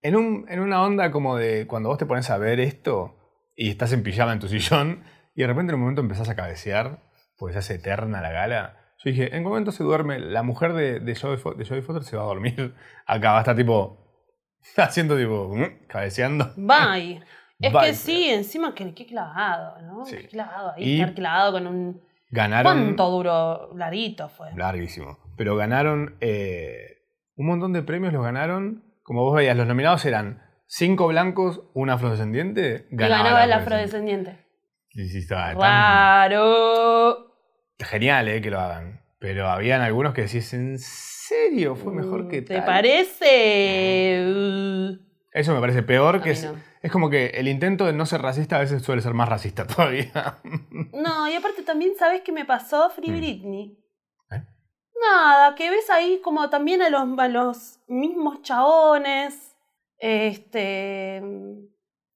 A: En, un, en una onda como de cuando vos te pones a ver esto y estás en pijama en tu sillón y de repente en un momento empezás a cabecear porque se hace eterna la gala. Yo dije, ¿en qué momento se duerme? La mujer de, de, Jodie, Fo- de Jodie Foster se va a dormir. Acá va a estar tipo. Haciendo tipo. mm, Cabeceando.
B: Bye. Es
A: Bye.
B: que sí, encima que qué clavado, ¿no?
A: Sí.
B: Qué clavado ahí,
A: Y-
B: estar clavado con un.
A: Ganaron.
B: ¿Cuánto duró? Larito fue.
A: Larguísimo. Pero ganaron eh, un montón de premios, los ganaron. Como vos veías, los nominados eran cinco blancos, un afrodescendiente.
B: y ganaba el
A: afrodescendiente.
B: afrodescendiente.
A: Sí, sí, estaba tan-
B: Raro.
A: Genial, eh, que lo hagan. Pero habían algunos que decís, ¿en serio? Fue mejor
B: Mm,
A: que
B: ¿Te
A: tal?".
B: parece? Uh,
A: Eso me parece peor
B: a
A: que...
B: mí
A: es-
B: no.
A: Es como que el intento de no ser racista a veces suele ser más racista todavía.
B: No, y aparte también, ¿sabes qué me pasó, Free
A: Mm.
B: Britney?
A: ¿Eh?
B: Nada, que ves ahí como también a los, a los mismos chabones, este,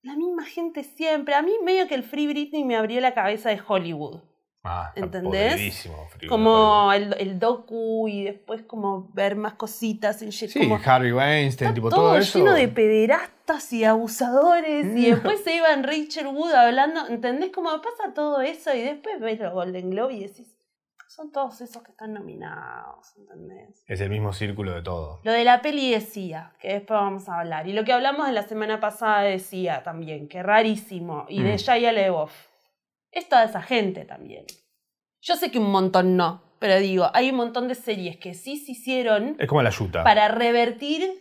B: la misma gente siempre. A mí medio que el Free Britney me abrió la cabeza de Hollywood.
A: Ah, está
B: ¿Entendés?
A: podridísimo, frío, podrido.
B: Como el, el docu y después como ver más cositas en
A: Sí,
B: como-
A: Harry Weinstein,
B: Está
A: Este, tipo
B: todo,
A: todo, eso. Mm.
B: lleno de pederastas y abusadores y
A: No.
B: después se iban Richard Wood hablando, ¿entendés cómo pasa todo eso? Y después ves los Golden Globe y decís, son todos esos que están nominados, ¿entendés?
A: Es el mismo círculo de todo.
B: Lo de la peli decía, que después vamos a hablar, y lo que hablamos de la semana pasada decía también, que rarísimo, y de
A: Mm.
B: Shia LeBoff. Es toda esa gente también. Yo sé que un montón no, pero digo, hay un montón de series que sí se hicieron
A: Es como la yuta.
B: para revertir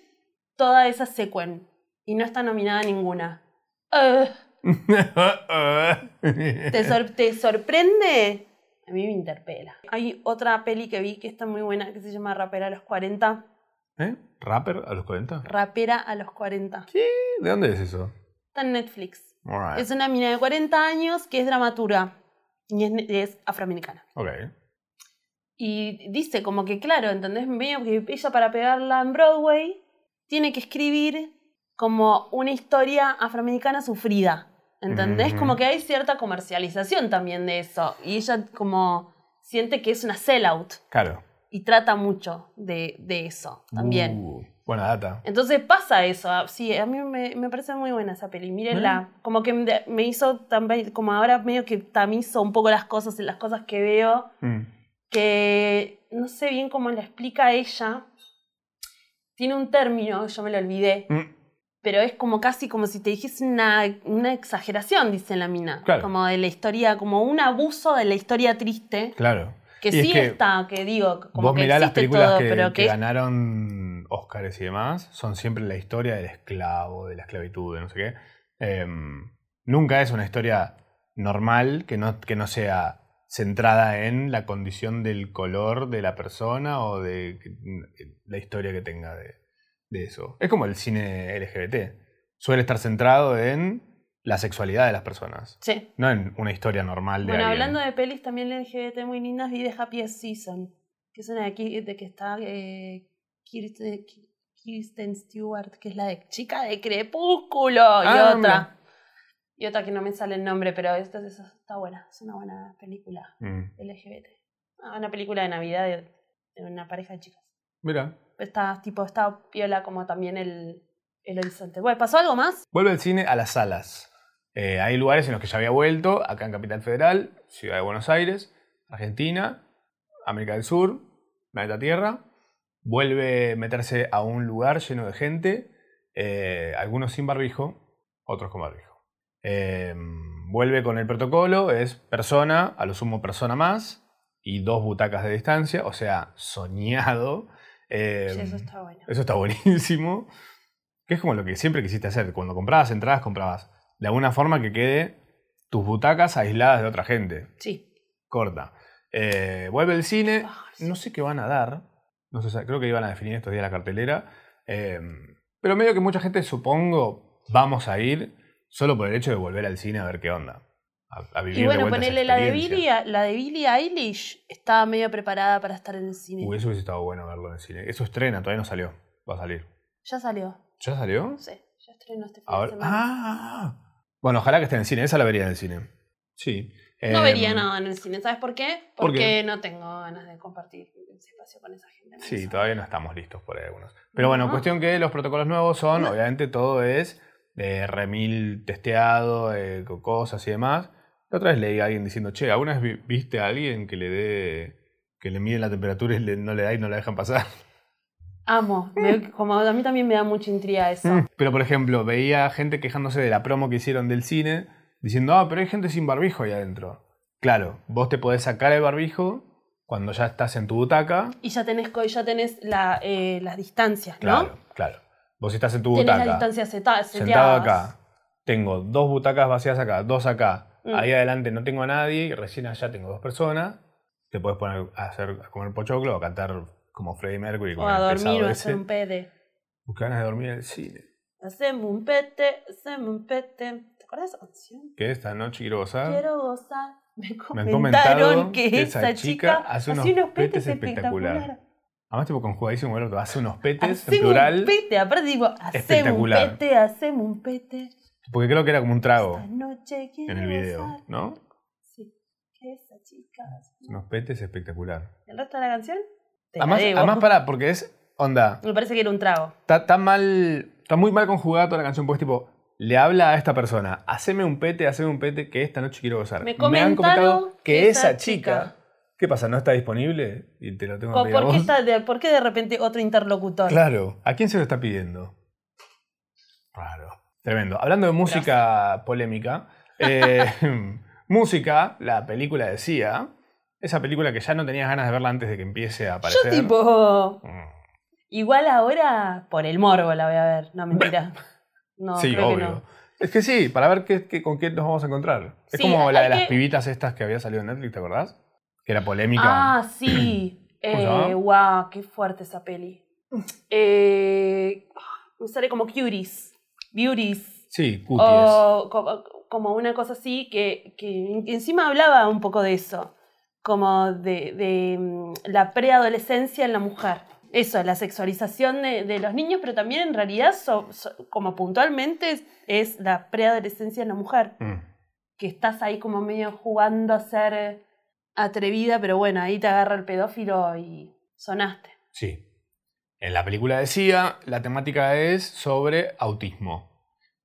B: toda esa secuen. Y no está nominada ninguna. Ugh, ¿te, sor- te sorprende? A mí me interpela. Hay otra peli que vi que está muy buena que se llama Rapera a los 40.
A: ¿Eh? ¿Rapper a los 40?
B: Rapera a los 40.
A: ¿De dónde es eso?
B: Está en Netflix.
A: Alright.
B: Es una mina de 40 años que es dramaturga y es, ne- es afroamericana.
A: Ok.
B: Y dice como que, claro, ¿entendés? Medio que ella para pegarla en Broadway tiene que escribir como una historia afroamericana sufrida. ¿Entendés?
A: Ujú.
B: Como que hay cierta comercialización también de eso. Y ella como siente que es una sellout
A: Claro.
B: y trata mucho de, de eso también. Eh.
A: Uh, buena data.
B: Entonces pasa eso. ah, Sí, a mí me, me parece muy buena esa peli. Mírenla. Como que me- me hizo también, como ahora medio que tamizo un poco las cosas y las cosas que veo
A: Mm.
B: que no sé bien cómo la explica ella. Tiene un término, yo me lo olvidé,
A: Mm.
B: pero es como casi como si te dijese una, una exageración, dice la mina.
A: Claro.
B: Como de la historia, como un abuso de la historia triste.
A: Claro.
B: Que
A: Y es
B: sí
A: que
B: está, que digo, como
A: Vos
B: que
A: mirá
B: existe
A: las películas
B: todo,
A: que,
B: pero
A: que
B: que,
A: ganaron Oscars y demás, son siempre la historia del esclavo, de la esclavitud, de no sé qué. Em, nunca es una historia normal que no, que no sea centrada en la condición del color de la persona o de la historia que tenga de, de eso. Es como el cine LGBT. Suele estar centrado en la sexualidad de las personas,
B: Sí.
A: no en una historia normal de
B: Bueno,
A: alguien.
B: hablando de pelis también LGBT muy lindas, vi de Happy Season, que es una de aquí de que está eh, Kirsten, Kirsten Stewart, que es la de chica de Crepúsculo,
A: Ah,
B: y otra.
A: mira.
B: Y otra que no me sale el nombre, pero esta es- esa está buena, es una buena película
A: Mm.
B: LGBT. Ah, Una película de Navidad de, de una pareja de chicas.
A: Mira,
B: Está tipo, está piola como también el, el horizonte. Bueno, ¿pasó algo más?
A: Vuelve el cine a las salas. Eh, hay lugares en los que ya había vuelto, acá en Capital Federal, Ciudad de Buenos Aires, Argentina, América del Sur, Planeta Tierra. Vuelve a meterse a un lugar lleno de gente, eh, algunos sin barbijo, otros con barbijo. Eh, vuelve con el protocolo, es persona, a lo sumo persona más, y dos butacas de distancia, o sea, soñado. Eh,
B: Sí, eso está bueno.
A: eso está buenísimo. Que es como lo que siempre quisiste hacer. Cuando comprabas entradas, comprabas de alguna forma que quede tus butacas aisladas de otra gente.
B: Sí.
A: Corta. Eh, vuelve el cine.
B: Ah, sí.
A: No sé qué van a dar. No sé, sa- creo que iban a definir estos días la cartelera. Eh, pero medio que mucha gente, supongo, vamos a ir solo por el hecho de volver al cine a ver qué onda. A, a vivir
B: Y bueno,
A: de vuelta esa
B: ponerle la de
A: experiencia.
B: Billie, la de Billie Eilish estaba medio preparada para estar en el cine.
A: Uy, eso hubiese estado bueno verlo en el cine. Eso estrena, todavía no salió. Va a salir.
B: Ya salió.
A: ¿Ya salió?
B: No sé. Ya estrenó este fin
A: Ahora-
B: de semana.
A: ah, bueno, ojalá que esté en el cine. Esa la vería en el cine. Sí.
B: no
A: Em,
B: vería nada en el cine. ¿Sabes por qué?
A: ¿Por
B: Porque
A: qué?
B: no tengo ganas de compartir ese espacio con esa gente. me
A: Sí,
B: hizo.
A: todavía no estamos listos por ahí algunos. Pero bueno,
B: No.
A: cuestión que los protocolos nuevos son,
B: No.
A: obviamente, todo es eh, remil testeado, eh, con cosas y demás. La otra vez leí a alguien diciendo, che, ¿alguna vez vi- viste a alguien que le dé, que le miden la temperatura y le- no le da y no la dejan pasar?
B: Amo. Me- como a mí también me da mucha intriga eso.
A: Pero, por ejemplo, veía gente quejándose de la promo que hicieron del cine, diciendo, ah, pero hay gente sin barbijo ahí adentro. Claro, vos te podés sacar el barbijo cuando ya estás en tu butaca.
B: Y ya tenés, co- ya tenés la, eh, las distancias, ¿no?
A: Claro, claro. Vos estás en tu
B: Tenés las
A: butaca,
B: distancias seta- seteadas.
A: sentado acá. Tengo dos butacas vacías acá, dos acá.
B: Mm.
A: Ahí adelante no tengo a nadie, y recién allá tengo dos personas. Te podés poner a, hacer, a comer pochoclo, a cantar como Freddie Mercury.
B: O
A: con
B: a
A: el
B: dormir
A: pesado
B: o a
A: ese.
B: hacer un pede.
A: Qué ganas de dormir en el cine.
B: Hacemos un pete, hacemos un pete. ¿Te acuerdas de esa canción?
A: Que esta noche quiero gozar.
B: Quiero gozar. Me
A: Me han
B: comentaron,
A: comentado
B: que, esa chica hace unos, petes,
A: espectacular.
B: espectaculares.
A: Además, tipo conjugadísimo con el otro. Hace unos petes en
B: Hacemos un
A: plural.
B: pete, aparte digo, hacemos un
A: Espectacular.
B: pete, hacemos un pete.
A: Porque creo que era como un trago
B: Esta noche quiero
A: en el video,
B: gozar.
A: ¿no?
B: Sí, que esa chica.
A: Unos petes espectacular.
B: ¿El resto de la canción? Te la
A: Además,
B: debo.
A: además para, porque es. Onda.
B: Me parece que era un trago.
A: Está tan mal. Está muy mal conjugada toda la canción. Pues, tipo, le habla a esta persona. Haceme un pete, haceme un pete, que esta noche quiero gozar.
B: Me
A: han comentado
B: comentaron
A: que
B: que
A: esa
B: esa
A: chica.
B: chica-
A: ¿Qué pasa? ¿No está disponible? Y te lo tengo que
B: ¿Por,
A: pedir a
B: por qué
A: vos.
B: está de, ¿Por qué de repente otro interlocutor?
A: Claro. ¿A quién se lo está pidiendo? Raro. Tremendo. Hablando de música polémica, eh, música, la película decía, esa película que ya no tenías ganas de verla antes de que empiece a
B: Yo
A: aparecer.
B: tipo,
A: Mm.
B: igual ahora por el morbo la voy a ver, no mentira. No,
A: sí,
B: creo
A: obvio.
B: que no.
A: Es que sí, para ver qué, qué- con qué nos vamos a encontrar. Es
B: Sí,
A: como la
B: hay
A: de las
B: que-
A: pibitas estas que había salido en Netflix, ¿te acordás? Que era polémica.
B: Ah, sí.
A: ¿Cómo se llama?
B: eh, wow, qué fuerte esa peli. Eh, me sale como cuties, beauties.
A: Sí, cuties.
B: O co- como una cosa así que, que encima hablaba un poco de eso, como de, de, mm, la preadolescencia en la mujer. Eso, la sexualización de, de los niños, pero también en realidad, so- so- como puntualmente, es, es la preadolescencia en la mujer,
A: Mm.
B: que estás ahí como medio jugando a ser eh, atrevida, pero bueno, ahí te agarra el pedófilo y sonaste.
A: Sí. En la película decía, la temática es sobre autismo.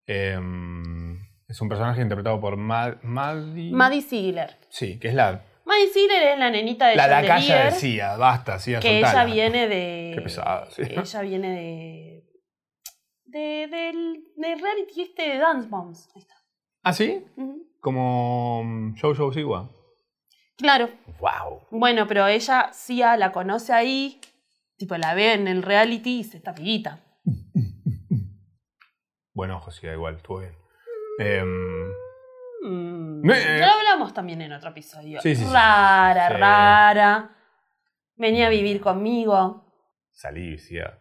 A: Em, es un personaje interpretado por Ma- Maddie.
B: Maddie Ziegler.
A: Sí, que es la,
B: Maddie Ziegler es la nenita de
A: la
B: John
A: lacaya
B: Deere.
A: de Sia, basta, Sia
B: que
A: soltala.
B: ella viene de.
A: Qué pesada, sí.
B: Ella viene de. De, del, del reality este de Dance Moms. Ahí está.
A: ¿Ah, sí?
B: Ujú.
A: Como mm, Jojo Siwa.
B: Claro.
A: ¡Wow!
B: Bueno, pero ella, Sia, la conoce ahí. Tipo, la ve en el reality y dice: Esta pibita.
A: Buen ojo, Sia, igual, estuvo bien. Em,
B: Mm,
A: Me-
B: Ya lo hablamos también en otro episodio.
A: Sí, sí, sí.
B: rara,
A: Sí.
B: rara. Venía a vivir conmigo.
A: salí, Sia.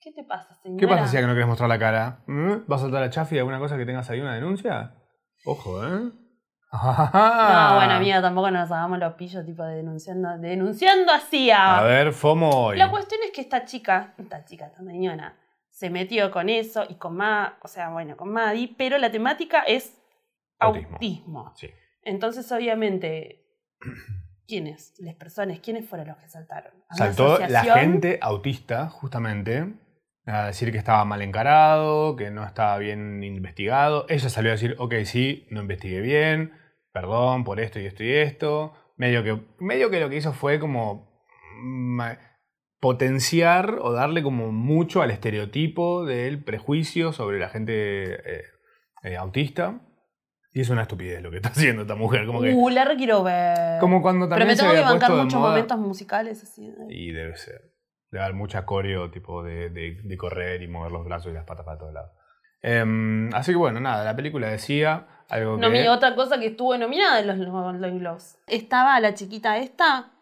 B: ¿Qué te pasa, señora?
A: ¿Qué pasa, Sia, que no querés mostrar la cara? ¿Mm? ¿Vas a soltar a Chafi alguna cosa que tengas ahí una denuncia? Ojo, ¿eh?
B: No,
A: No,
B: bueno, amiga, tampoco nos hagamos los pillos, tipo, denunciando, denunciando a Sia.
A: A ver, FOMO hoy.
B: La cuestión es que esta chica, esta chica, esta señora, se metió con eso y con Ma, o sea, bueno, con Maddie, pero la temática es
A: Autismo.
B: autismo.
A: Sí.
B: Entonces, obviamente, ¿quiénes? Las personas, ¿quiénes fueron los que saltaron? A una
A: Saltó la
B: asociación
A: gente autista, justamente, a decir que estaba mal encarado, que no estaba bien investigado. Ella salió a decir, ok, sí, no investigué bien, perdón por esto y esto y esto. Medio que, medio que lo que hizo fue como ma- potenciar o darle como mucho al estereotipo del prejuicio sobre la gente eh, eh, autista. Y es una estupidez lo que está haciendo esta mujer. Como que.
B: Uh, la requiero ver.
A: Como cuando
B: Pero
A: también
B: me
A: se
B: tengo que
A: había
B: bancar
A: puesto de
B: muchos
A: moda-
B: momentos musicales así.
A: Y debe ser. Debe haber mucha coreo, tipo de, de- de correr y mover los brazos y las patas para todos lados. Em, así que bueno, nada, la película decía algo
B: No,
A: que.
B: mira, otra cosa que estuvo nominada en los Golden Globes. Estaba la chiquita esta,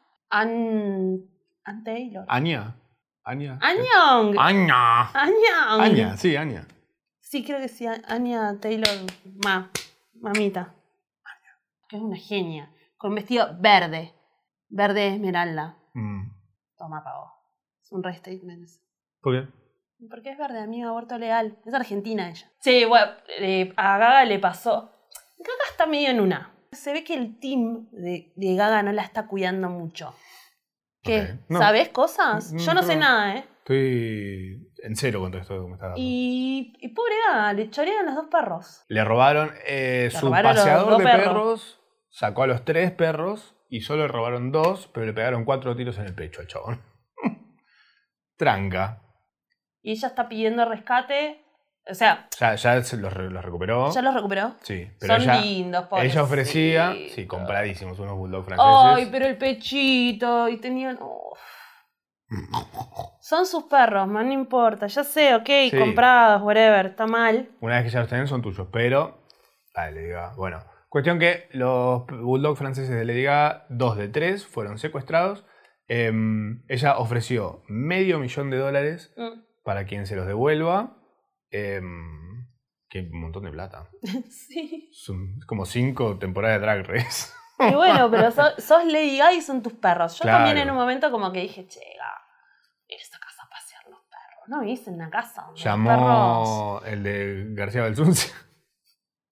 B: Ann, Ann Taylor.
A: Anya. Anya.
B: Ann Young.
A: Anya.
B: Ann Young.
A: Ah, Anya, sí, Anya.
B: Sí, creo que sí, Anya Taylor, ma, mamita. Que es una genia. Con vestido verde. Verde esmeralda.
A: Mm.
B: Toma, pavo. Es un restatement. ese.
A: ¿Por qué?
B: Porque es verde, amigo, aborto legal. Es argentina ella. Sí, bueno, eh, a Gaga le pasó. Gaga está medio en una. Se ve que el team de, de Gaga no la está cuidando mucho. ¿Qué?
A: Ok. No. Mm,
B: ¿Sabes cosas?
A: No,
B: Yo no sé
A: no.
B: nada, ¿eh?
A: Estoy en cero con todo esto que me estás dando.
B: Y, y pobre Gaga, le chorean los dos perros.
A: Le robaron eh,
B: Le
A: su
B: robaron los
A: paseador
B: dos
A: de
B: perros.
A: perros, sacó a los tres perros y solo le robaron dos, pero le pegaron cuatro tiros en el pecho al chabón. Tranca.
B: Y ella está pidiendo rescate. O sea,
A: Ya, ya se los, re- los recuperó.
B: ¿ya los recuperó?
A: Sí, pero
B: Son
A: ella,
B: lindos, pobrecitos.
A: ella ofrecía, sí, compradísimos, unos bulldogs franceses.
B: Ay, pero el pechito. Y tenían. uf. Son sus perros, man, no importa. Ya sé, ok,
A: Sí.
B: comprados, whatever, está mal.
A: Una vez que ya los tienen, son tuyos, pero. Dale, le diga. Bueno, cuestión que los bulldogs franceses de Lady Gaga, dos de tres, fueron secuestrados. Em, ella ofreció medio millón de dólares
B: Mm.
A: para quien se los devuelva. em, que un montón de plata.
B: Sí.
A: Son como cinco temporadas de Drag Race.
B: Y bueno, pero so- sos Lady Gaga y son tus perros. Yo
A: Claro.
B: también en un momento como que dije, che, Gaga, ir a esa casa a pasear los perros. No vivís en una casa. donde los perros-
A: Llamó el de García Belsunce.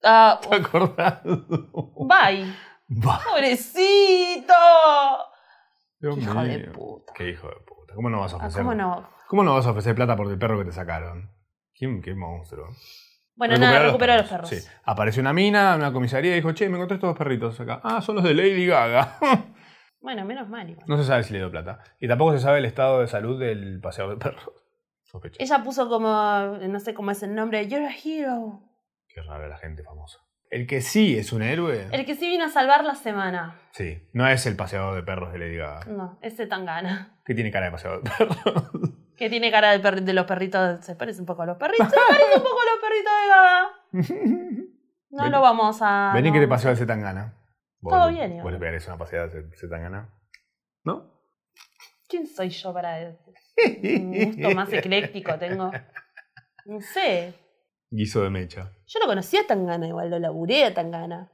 B: Ah, uh,
A: ¿Te acordás?
B: bye.
A: Bah,
B: Pobrecito.
A: Dios
B: Hijo de
A: mío.
B: puta.
A: Qué hijo de puta. ¿Cómo no vas a
B: Ah,
A: ofrecer?
B: ¿Cómo no?
A: cómo no vas a ofrecer plata por el perro que te sacaron? ¿Quién, qué monstruo.
B: Bueno, nada, recuperó
A: recuperar
B: los perros.
A: Sí. Apareció una mina, una comisaría y dijo, che, me encontré estos dos perritos acá. Ah, son los de Lady Gaga.
B: Bueno, menos mal. igual.
A: no se sabe si le dio plata. Y tampoco se sabe el estado de salud del paseador de perros. Sospechoso.
B: Ella puso como, no sé cómo es el nombre, You're a Hero.
A: Qué raro la gente famosa. El que sí es un héroe.
B: El que sí vino a salvar la semana.
A: Sí, no es el paseador de perros de Lady Gaga.
B: No, ese tan gana.
A: Que tiene cara de paseador de perros.
B: Que tiene cara de, perri- de los perritos. Se parece un poco a los perritos. Se parece un poco a los perritos de Gaga. No
A: Vení.
B: lo vamos a.
A: Vení
B: Ah, no.
A: que te paseo al Zetangana. Vos-
B: Todo bien, igual.
A: Vos le pegarías una paseada al Zetangana. ¿No?
B: ¿Quién soy yo para decir? un gusto más ecléctico tengo? No sé.
A: Guiso de mecha.
B: Yo lo conocía tan gana igual, lo laburé a tan gana.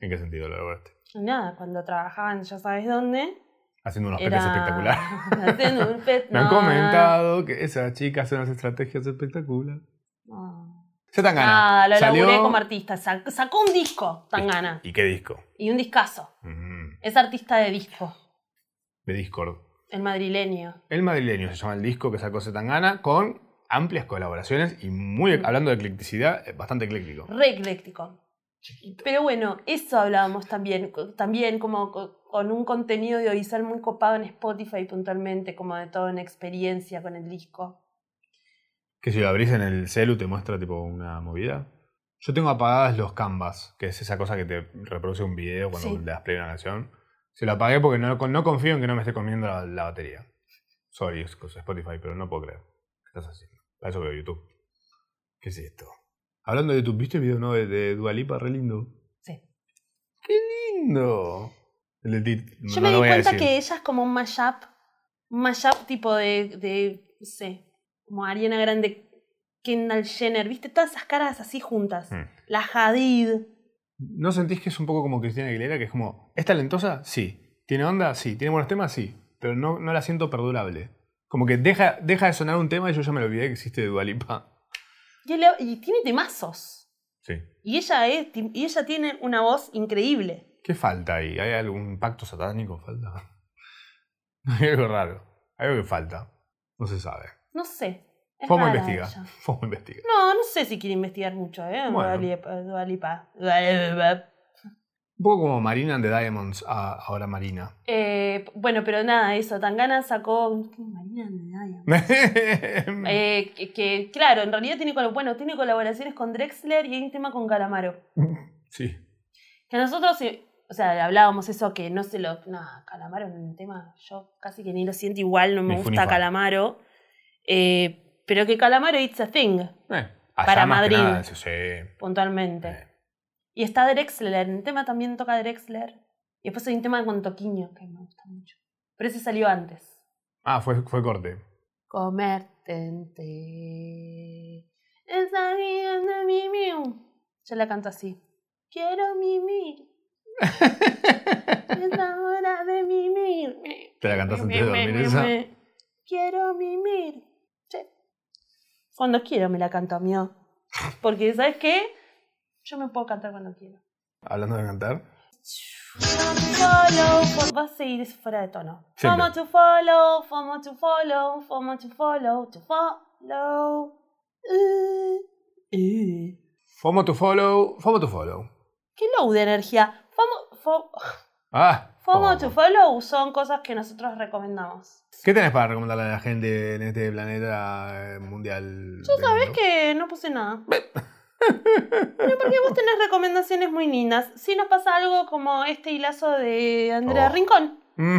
A: ¿En qué sentido lo lograste?
B: Nada, cuando trabajaban ya sabes dónde.
A: Haciendo unos
B: Era
A: petes espectaculares.
B: haciendo un pet-
A: Me han
B: no,
A: comentado que esa chica hace unas estrategias espectaculares.
B: no.
A: Zetangana.
B: Nada, Ah, lo
A: Salió-
B: laburé como artista. Sac- Sacó un disco, tan gana.
A: ¿Y qué disco?
B: Y un discazo.
A: Mm,
B: Es artista de disco,
A: de Discord.
B: el madrileño.
A: El madrileño se llama el disco que sacó Zetangana con amplias colaboraciones y muy
B: Mm.
A: hablando de eclecticidad, eh, bastante ecléctico.
B: Re ecléctico. Pero bueno, eso hablábamos también, co- también como co- con un contenido audiovisual muy copado en Spotify puntualmente, como de toda una experiencia con el disco.
A: Que si lo abrís en el celu te muestra tipo una movida. Yo tengo apagadas los canvas, que es esa cosa que te reproduce un video cuando
B: Sí.
A: le das play a una canción. Se lo apagué porque no, no confío en que no me esté comiendo la, la batería. Sorry, es cosa de Spotify, pero no puedo creer. ¿Qué estás haciendo? Para eso veo YouTube. ¿Qué es esto? Hablando de YouTube, ¿viste el video no de, de Dualipa? Re lindo.
B: Sí.
A: ¡Qué lindo! El de Tit- no
B: Yo me
A: lo
B: di
A: voy a
B: cuenta
A: decir.
B: que ella es como un mashup, un mashup tipo de, de, no sé, como Ariana Grande, Kendall Jenner, ¿viste? Todas esas caras así juntas.
A: Mm.
B: La Hadid.
A: ¿No sentís que es un poco como Cristina Aguilera? Que es como, ¿es talentosa? Sí. ¿Tiene onda? Sí. ¿Tiene buenos temas? Sí. Pero no, no la siento perdurable. Como que deja, deja de sonar un tema y yo ya me lo olvidé que existe de Dualipa.
B: Y, ella- y tiene temazos.
A: Sí.
B: Y ella, es, y ella tiene una voz increíble.
A: ¿Qué falta ahí? ¿Hay algún pacto satánico? ¿Falta? Hay algo raro. Hay algo que falta. No se sabe.
B: No sé. Es
A: Fomo
B: rara
A: investiga.
B: ella.
A: Fomo investiga.
B: No, no sé si quiere investigar mucho, ¿eh?
A: Bueno.
B: Dualipa. Dualipa. Dualipa.
A: Un poco como Marina and the Diamonds, a- ahora Marina.
B: Eh, bueno, pero nada, eso. Tangana sacó. ¿Qué Marina de Diamond?
A: Mm.
B: Eh, que, que, claro, en realidad tiene, colo- bueno, tiene colaboraciones con Drexler y hay un tema con Calamaro.
A: Sí. Eh.
B: Que nosotros, eh, o sea, hablábamos eso que no se lo. No, Calamaro en un tema, yo casi que ni lo siento igual, no me
A: Ni fu ni
B: gusta
A: fa.
B: Calamaro. eh, pero que Calamaro it's a thing,
A: Eh, allá
B: Para
A: más que
B: Madrid.
A: nada, sí, sí. Eh,
B: puntualmente. Y está Drexler, en el tema también toca Drexler. Y después hay un tema con Toquiño que me gusta mucho. Pero ese salió antes.
A: Ah, fue, fue corte.
B: Comerte entero. Esa mierda, mi, miu. Yo la canto así. Quiero mimir. Es la hora de mimir.
A: Te la cantás antes
B: Me,
A: de
B: me,
A: dormir
B: me,
A: esa.
B: me. Quiero mimir. Sí. Cuando quiero me la canto, mío. Porque, ¿sabes qué? Yo me puedo cantar cuando quiero.
A: Hablando de cantar.
B: Follow, fo- va a seguir fuera de tono.
A: Siempre.
B: FOMO to follow, FOMO to follow, FOMO to follow, to follow. Uh, uh.
A: Fomo to follow. Fomo to follow.
B: Qué low de energía. FOMO, fo-
A: Ah.
B: FOMO to follow son cosas que nosotros recomendamos.
A: ¿Qué tenés para recomendarle a la gente en este planeta eh, mundial?
B: Tú
A: del
B: sabes
A: mundo?
B: que no puse nada. Pero porque vos tenés recomendaciones muy lindas. Si nos pasa algo como este hilazo de Andrea
A: Oh.
B: Rincón,
A: Mm,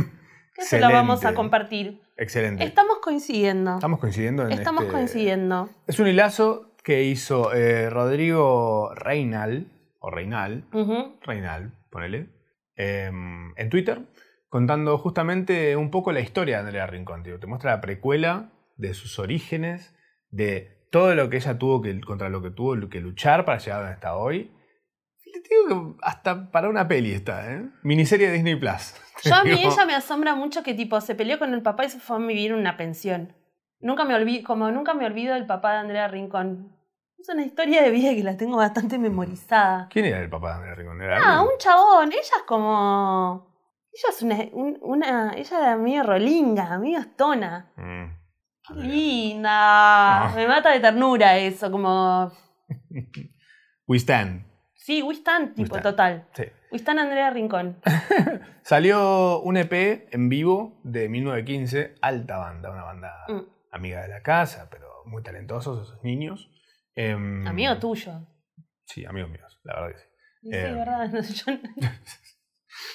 B: que se lo vamos a
A: excelente.
B: compartir.
A: Excelente.
B: Estamos coincidiendo.
A: Estamos coincidiendo en
B: Estamos
A: este-
B: coincidiendo.
A: Es un hilazo que hizo eh, Rodrigo Reinal, o Reinal,
B: Ujú.
A: Reinal, ponele, em, en Twitter, contando justamente un poco la historia de Andrea Rincón. tío. Te muestra la precuela de sus orígenes, de todo lo que ella tuvo que, contra lo que tuvo que luchar para llegar donde está hoy. Y Te digo que hasta para una peli está, ¿eh? Miniserie de Disney Plus.
B: Yo a mí
A: Digo,
B: ella me asombra mucho que tipo se peleó con el papá y se fue a vivir en una pensión. Nunca me olvido, como nunca me olvido del papá de Andrea Rincón. Es una historia de vida que la tengo bastante memorizada.
A: ¿Quién era el papá de Andrea Rincón? Era
B: Ah,
A: alguien.
B: un chabón. Ella es como. Ella es una. un- una ella era medio rolinga, medio estona.
A: Mm,
B: Qué
A: Andrea.
B: linda.
A: Ah.
B: Me mata de ternura eso, como.
A: We Stand.
B: Sí, Wistan, tipo,
A: Wistan.
B: total.
A: Sí.
B: Wistan Andrea Rincón.
A: Salió un EP en vivo de 1915, alta banda, una banda
B: Mm.
A: amiga de la casa, pero muy talentosos esos niños. Em,
B: Amigo tuyo.
A: Sí, amigos míos, la verdad que sí.
B: Sí,
A: Eh,
B: verdad. No, yo-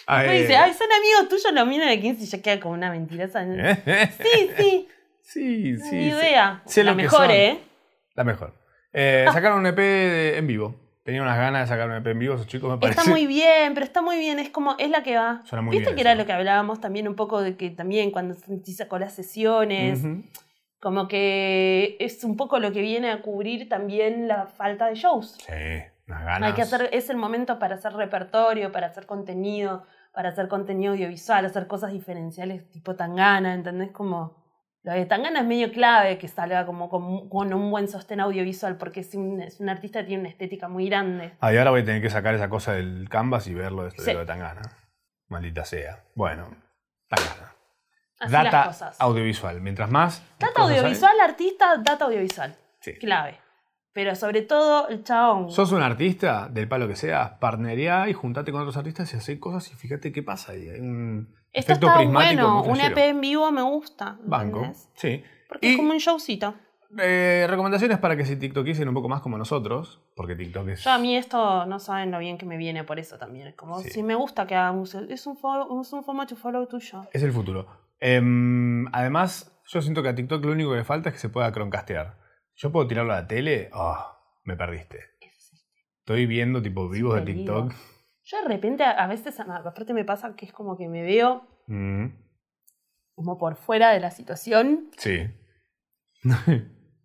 A: Ah,
B: Me
A: eh,
B: dice, ay, son amigos tuyos los minas de 15 y ya queda como una mentirosa.
A: ¿eh?
B: Sí, sí,
A: sí, sí. sí.
B: ni idea.
A: Sé
B: la
A: lo que
B: mejor,
A: son.
B: ¿eh?
A: La mejor.
B: Ah.
A: Eh, sacaron un EP de- en vivo. Tenía unas ganas de sacar un EP en vivo, esos chicos me parece.
B: Está muy bien, pero está muy bien, es como, es la que va.
A: Suena muy
B: Viste
A: bien
B: que era
A: eso.
B: lo que hablábamos también un poco de que también cuando Santi sacó las sesiones,
A: Ujú.
B: como que es un poco lo que viene a cubrir también la falta de shows.
A: Sí, unas ganas.
B: Hay que hacer, es el momento para hacer repertorio, para hacer contenido, para hacer contenido audiovisual, hacer cosas diferenciales tipo Tangana, ¿entendés? Como lo de Tangana es medio clave que salga como con, con un buen sostén audiovisual, porque es un, es un artista que tiene una estética muy grande.
A: Ah, y ahora voy a tener que sacar esa cosa del canvas y verlo de esto
B: Sí.
A: de lo de Tangana. Maldita sea. Bueno, Tangana.
B: Así las
A: data
B: cosas.
A: audiovisual. Mientras más.
B: Data
A: cosas hay-
B: audiovisual, artista, data audiovisual.
A: Sí.
B: Clave. Pero sobre todo el chabón.
A: Sos un artista, del palo que seas, partnería y juntate con otros artistas y hacé cosas y fíjate qué pasa ahí. Hay un
B: Esto
A: efecto
B: está
A: prismático
B: bueno,
A: muy
B: un EP
A: flashero.
B: en vivo me gusta.
A: Banco.
B: ¿entendés?
A: Sí.
B: Porque
A: Y-
B: es como un showcito.
A: Eh, recomendaciones para que se tiktokisen un poco más como nosotros, porque TikTok es.
B: Yo a mí esto no saben lo bien que me viene por eso también. Es como
A: Sí.
B: si me gusta que haga un es un follow, es un formato follow tuyo.
A: Es el futuro. Em, además, yo siento que a TikTok lo único que le falta es que se pueda croncastear. Yo puedo tirarlo a la tele. ah me perdiste. Estoy viendo tipo vivos de
B: peligro.
A: TikTok.
B: Yo de repente a- a veces a- aparte me pasa que es como que me veo
A: Mm,
B: como por fuera de la situación
A: sí.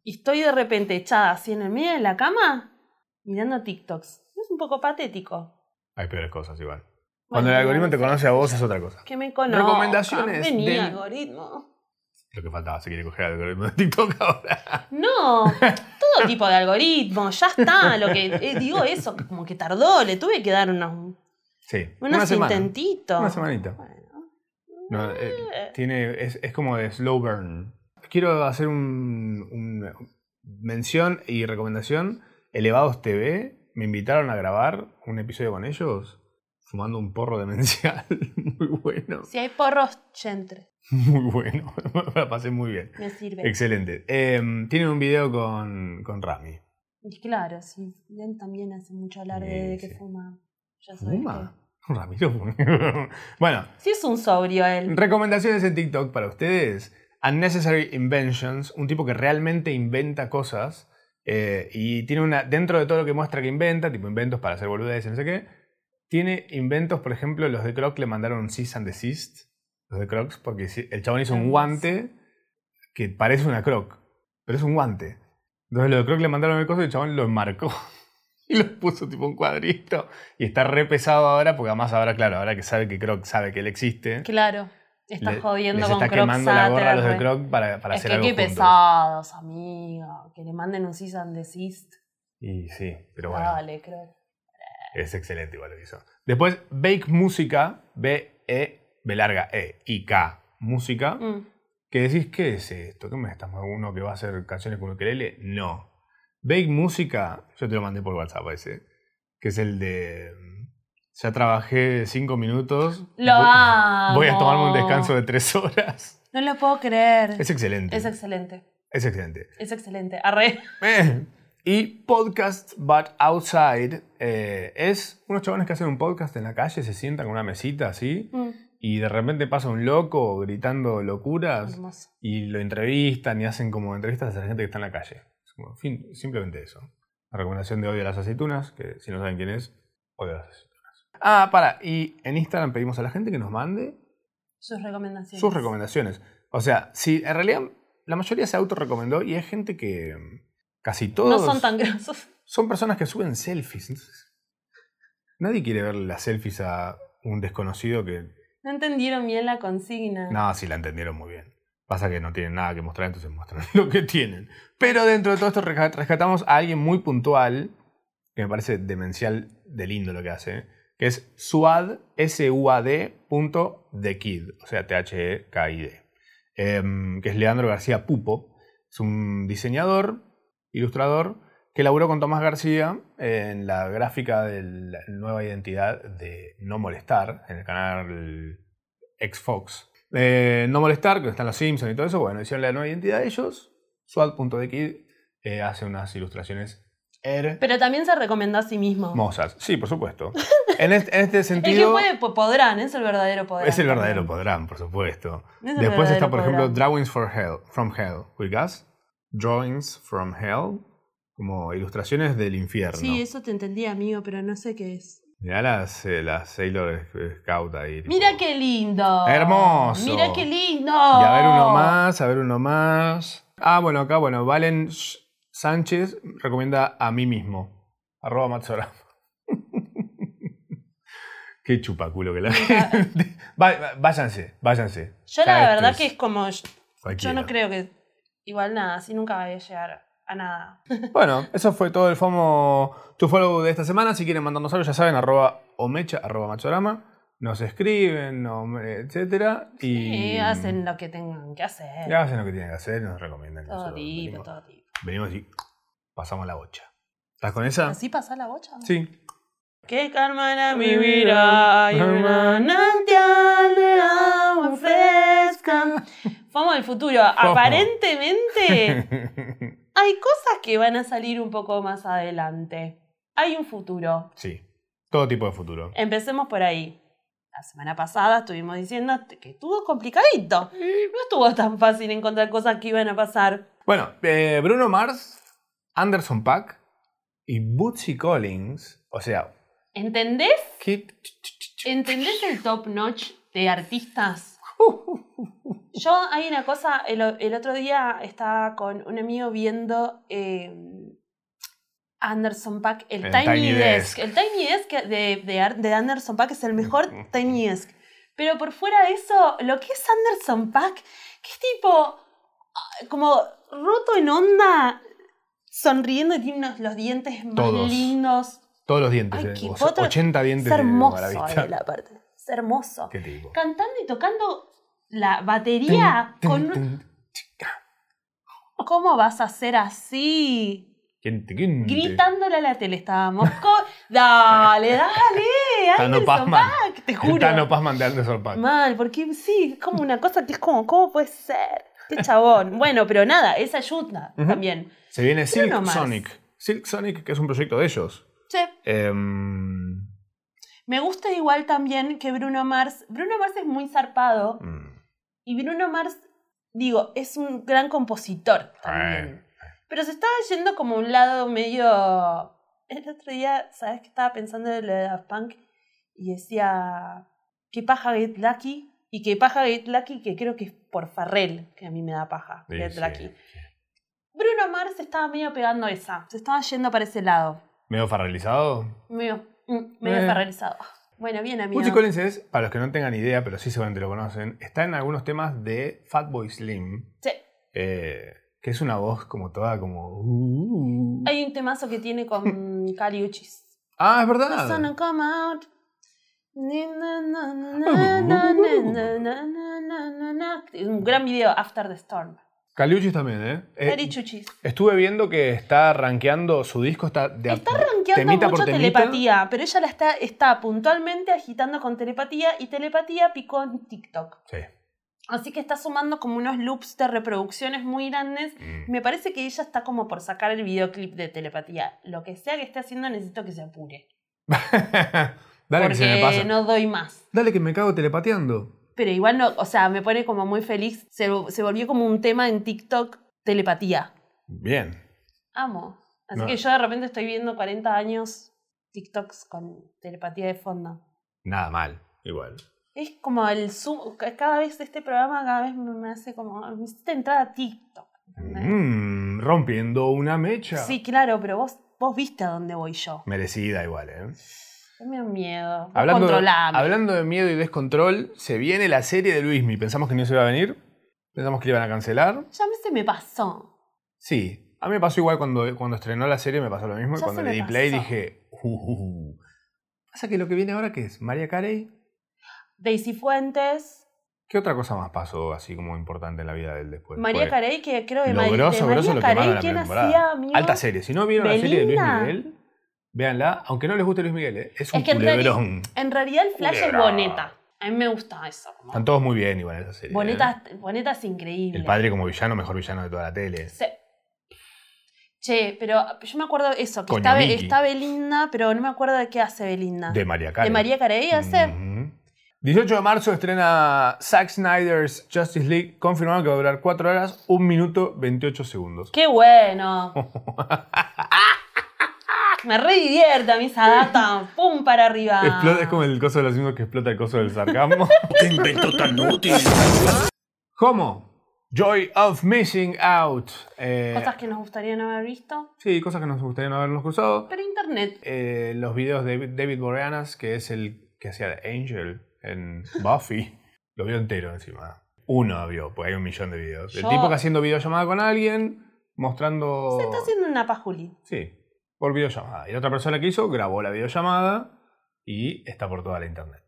B: y estoy de repente echada así en el medio de la cama mirando TikToks. ¿No Es un poco patético.
A: Hay peores cosas igual.
B: Bueno,
A: Cuando el algoritmo
B: no
A: te
B: sé.
A: conoce a vos es otra cosa.
B: Que me conozca.
A: Recomendaciones
B: Vení,
A: del-
B: algoritmo.
A: Lo que faltaba, se quiere coger al algoritmo de TikTok ahora.
B: No, todo tipo de algoritmo, ya está. Lo que eh, digo eso, como que tardó, le tuve que dar unos
A: Sí.
B: Unos
A: una semana.
B: intentitos.
A: Una semanita.
B: Bueno.
A: No, eh, tiene, es, es como de slow burn. Quiero hacer un, un- mención y recomendación. Elevados TV me invitaron a grabar un episodio con ellos fumando un porro demencial. Muy bueno.
B: Si hay porros, chentre.
A: Muy bueno. La pasé muy bien. Em,
B: Me sirve.
A: Excelente. Eh, tienen un video con, con Rami.
B: Y claro, sí, él también hace mucho alarde
A: Sí,
B: de que
A: sí.
B: fuma. Ya sabes
A: ¿Fuma? Ramiro fuma. bueno,
B: que- Sí, es un sobrio él.
A: recomendaciones en TikTok para ustedes. Unnecessary Inventions, un tipo que realmente inventa cosas eh, y tiene una, dentro de todo lo que muestra que inventa, tipo inventos para hacer boludeces, no sé qué, tiene inventos, por ejemplo, los de Croc le mandaron un cease and desist, los de Crocs, porque si- el chabón hizo un
B: Hermoso.
A: guante que parece una Croc, pero es un guante. Entonces los de Croc le mandaron el coso y el chabón lo enmarcó y los puso tipo un cuadrito. Y está re pesado ahora, porque además ahora, claro, ahora que sabe que Croc sabe que él existe.
B: Claro, está
A: le-
B: jodiendo
A: les
B: con
A: está
B: Crocs
A: quemando la gorra a los de
B: Saturn.
A: Croc para, para
B: es
A: hacer
B: que
A: algo
B: qué
A: juntos.
B: pesados, amigo. Que le manden un cease and desist.
A: Y sí, pero bueno,
B: Dale, Croc.
A: es excelente igual lo que hizo. Después, Bake Música, B-E, B larga, E, I, K, Música.
B: Mm.
A: que decís, ¿qué es esto? ¿Qué me estás uno que va a hacer canciones con ukelele? No. Bake Música, yo te lo mandé por WhatsApp ese, que es el de... mm, Ya trabajé cinco minutos.
B: Lo
A: voy,
B: amo.
A: voy a tomarme un descanso de tres horas.
B: No lo puedo creer.
A: Es excelente.
B: Es
A: Es,
B: excelente.
A: excelente.
B: Es excelente. Arre.
A: Eh, Y Podcast But Outside eh, es unos chabones que hacen un podcast en la calle, se sientan con una mesita así
B: Mm,
A: y de repente pasa un loco gritando locuras.
B: hermoso.
A: y lo entrevistan y hacen como entrevistas a la gente que está en la calle. Es como, fin, simplemente eso. La recomendación de Odio a las Aceitunas, que si no saben quién es, Odio a las Aceitunas. Ah, para, y en Instagram pedimos a la gente que nos mande
B: Sus recomendaciones.
A: sus recomendaciones. O sea, si en realidad la mayoría se autorrecomendó y es gente que mm, casi todos
B: No son tan grosos.
A: son personas que suben selfies. Entonces, nadie quiere ver las selfies a un desconocido que...
B: No entendieron bien la consigna.
A: No, sí la entendieron muy bien. Pasa que no tienen nada que mostrar, entonces muestran lo que tienen. Pero dentro de todo esto resca- rescatamos a alguien muy puntual, que me parece demencial de lindo lo que hace, que es suad, S-U-A-D, punto, The Kid, o sea, E T-H-E-K-I-D, em, que es Leandro García Pupo. Es un diseñador, ilustrador, que laburó con Tomás García en la gráfica de la nueva identidad de No Molestar, en el canal X-Fox. Eh, no Molestar, que están los Simpsons y todo eso, bueno, hicieron la nueva identidad de ellos. Swad.dekid eh, hace unas ilustraciones hermosas.
B: Pero también se recomendó a sí mismo.
A: Sí, por supuesto. En este, en este
B: el que
A: sentido,
B: puede, po- podrán, es el verdadero poder.
A: es el verdadero podrán, por supuesto.
B: Es el
A: Después está,
B: verdadero
A: por ejemplo,
B: podrán.
A: Drawings for Hell, from Hell. ¿Ubicás? Drawings from Hell, como ilustraciones del infierno.
B: Sí, eso te entendí, amigo, pero no sé qué es.
A: Mirá las, eh, las Sailor eh, Scout ahí. tipo.
B: Mira qué lindo.
A: Hermoso.
B: Mira qué lindo.
A: Y a ver uno más, a ver uno más. Ah, bueno, acá, bueno, Valen Sh- Sánchez recomienda a mí mismo. Arroba Matsora. Qué chupaculo que la gente. Va- va- váyanse, váyanse.
B: Yo
A: Ya
B: la
A: esto
B: verdad
A: es
B: que es como. Yo
A: cualquiera.
B: no creo que. Igual nada, así nunca voy a llegar a nada.
A: Bueno, eso fue todo el FOMO To Follow de esta semana. Si quieren mandarnos algo, ya saben, arroba omecha, arroba machorama. Nos escriben, nom- etcétera. Y
B: Y Eh, hacen lo que tengan que hacer.
A: y hacen lo que tienen que hacer, nos recomiendan. que
B: todo
A: nosotros
B: tipo,
A: venimos-
B: todo tipo.
A: Venimos y pasamos la bocha. ¿Estás con esa?
B: ¿Así pasa la bocha?
A: Sí.
B: Que calma era mi vida hay una manantial de agua fresca. Vamos al futuro. Aparentemente hay cosas que van a salir un poco más adelante. Hay un futuro.
A: sí. Todo tipo de futuro.
B: Empecemos por ahí. La semana pasada estuvimos diciendo que estuvo complicadito. No estuvo tan fácil encontrar cosas que iban a pasar.
A: Bueno, eh, Bruno Mars, Anderson Pack y Bootsy Collins. O sea,
B: ¿Entendés?
A: ¿qué?
B: ¿Entendés el top notch de artistas? Yo hay una cosa, el, o- el otro día estaba con un amigo viendo eh, Anderson Pack, el, Tiny, Desk. El Tiny Desk de, de Ar- de Anderson Pack es el mejor Tiny Desk. Pero por fuera de eso, lo que es Anderson Pack, que es tipo ah, como roto en onda, sonriendo y tiene unos- los dientes más
A: Todos.
B: lindos.
A: Todos los dientes.
B: Ay,
A: eh.
B: qué
A: O-
B: foto-
A: 80
B: Es
A: dientes de- a
B: hermoso eh.
A: la vista.
B: él aparte. Es hermoso
A: ¿Qué tipo?
B: cantando y tocando la batería
A: Tin,
B: con un-
A: tin,
B: ¿Cómo vas a hacer así?
A: tin, tin, tin, tin.
B: Gritándole a la tele estábamos. co- Dale, dale,
A: Tano
B: Anderson
A: Pazman.
B: Paak, te
A: El
B: juro.
A: Tano Pazman de Anderson Pack.
B: Mal, porque sí, es como una cosa que es como, ¿cómo puede ser? Qué chabón. Bueno, pero nada, es ayuda
A: Ujú.
B: también.
A: Se viene Silk
B: Bruno Mars.
A: Sonic. Silk Sonic, que es un proyecto de ellos.
B: Sí.
A: Em,
B: Me gusta igual también que Bruno Mars. Bruno Mars es muy zarpado.
A: mm,
B: Y Bruno Mars, digo, es un gran compositor también. Pero se estaba yendo como un lado medio. El otro día, ¿sabes qué estaba pensando de lo de Daft Punk? Y decía. ¿Qué paja Get Lucky? Y qué paja Get Lucky, que creo que es por Farrell, que a mí me da paja
A: sí,
B: Get
A: sí.
B: Lucky. Bruno Mars estaba medio pegando esa. Se estaba yendo para ese lado.
A: Medio farrealizado.
B: Medio, mm, medio
A: Eh.
B: Farrellizado. Bueno, bien, amigo.
A: Bootsy Collins es, para los que no tengan idea, pero sí seguramente lo conocen, está en algunos temas de Fatboy Slim,
B: Sí.
A: eh, que es una voz como toda como... "Uh".
B: Hay un temazo que tiene con Cali Uchis.
A: Ah, es
B: The sun
A: verdad.
B: will come out. Ni, na, na, na,
A: Ah,
B: na, na, na, na, na, na, na, na. Un gran video, After the Storm.
A: Caliuchis también, ¿eh? Eh,
B: Cali Chuchis.
A: Estuve viendo que está rankeando, su disco está de a-
B: Está rankeando
A: temita por
B: mucho
A: temita.
B: telepatía, pero ella la está, está puntualmente agitando con telepatía y telepatía picó en TikTok.
A: Sí.
B: Así que está sumando como unos loops de reproducciones muy grandes.
A: Mm.
B: Me parece que ella está como por sacar el videoclip de telepatía. Lo que sea que esté haciendo, necesito que se apure.
A: Dale que
B: porque
A: se me pasa.
B: no doy más.
A: Dale que me cago telepateando.
B: Pero igual no, o sea, me pone como muy feliz. Se, se volvió como un tema en TikTok, telepatía.
A: Bien.
B: Amo. Así
A: No.
B: que yo de repente estoy viendo 40 años TikToks con telepatía de fondo.
A: Nada mal. Igual.
B: Es como el zoom, ca- cada vez este programa cada vez me me hace como, me hiciste entrar a TikTok. ¿entendés?
A: Mm, rompiendo una mecha.
B: Sí, claro, pero vos, vos viste a dónde voy yo.
A: Merecida igual, ¿eh?
B: Dame un miedo. vos
A: Hablando,
B: controlame.
A: hablando de miedo y descontrol, se viene la serie de Luismi. Pensamos que no se iba a venir. Pensamos que la iban a cancelar.
B: Ya me se me pasó.
A: Sí. A mí me pasó igual cuando, cuando estrenó la serie, me pasó lo mismo. Y
B: Ya
A: cuando
B: se
A: le
B: me
A: di play
B: pasó.
A: dije... "Uh, uh, uh". Pasa que lo que viene ahora, ¿qué es? ¿María Carey?
B: Daisy Fuentes,
A: ¿Qué otra cosa más pasó así como importante en la vida del después?
B: María
A: Porque
B: Carey, que creo de,
A: Lo
B: Mari- de
A: grosso, grosso lo
B: María
A: quemaron en
B: Carey,
A: la
B: ¿quién
A: primera
B: hacía
A: temporada.
B: amigo?
A: Alta serie. Si no vieron la serie de Luis
B: Belinda.
A: Miguel, véanla. Aunque no les guste Luis Miguel, ¿eh? es un
B: Es que en realidad-
A: culebrón.
B: En realidad el flash
A: Culebra.
B: es Boneta. A mí me gusta eso. como-
A: Están todos muy bien igual en esa serie. ¿eh?
B: Boneta, Boneta es increíble.
A: El padre como villano, mejor villano de toda la tele.
B: Se- Che, pero yo me acuerdo eso, que
A: Coño,
B: está, Be-
A: Miki.
B: está Belinda, pero no me acuerdo de qué hace Belinda.
A: De Mm. María Carey.
B: Ah. María Carey hace.
A: Ujú. 18 de marzo estrena Zack Snyder's Justice League, confirmado que va a durar 4 horas, 1 minuto 28 segundos.
B: ¡Qué bueno! me re divierte a mí esa data. ¡Pum! Para arriba.
A: Explota- es como el coso de los mismos que explota el coso del sarcasmo.
C: ¡Qué invento tan útil!
A: ¿Cómo? Joy of Missing Out. Eh,
B: Cosas que nos gustaría no haber visto.
A: Sí, cosas que nos gustaría no habernos cruzado.
B: Pero internet.
A: eh, los videos de David Boreanas, que es el que hacía de Angel en Buffy. Lo vio entero encima. Uno vio, porque hay un millón de videos.
B: Yo-
A: El tipo que haciendo videollamada con alguien, mostrando.
B: Se está haciendo una pajuli.
A: Sí, por videollamada. Y la otra persona que hizo grabó la videollamada y está por toda la internet.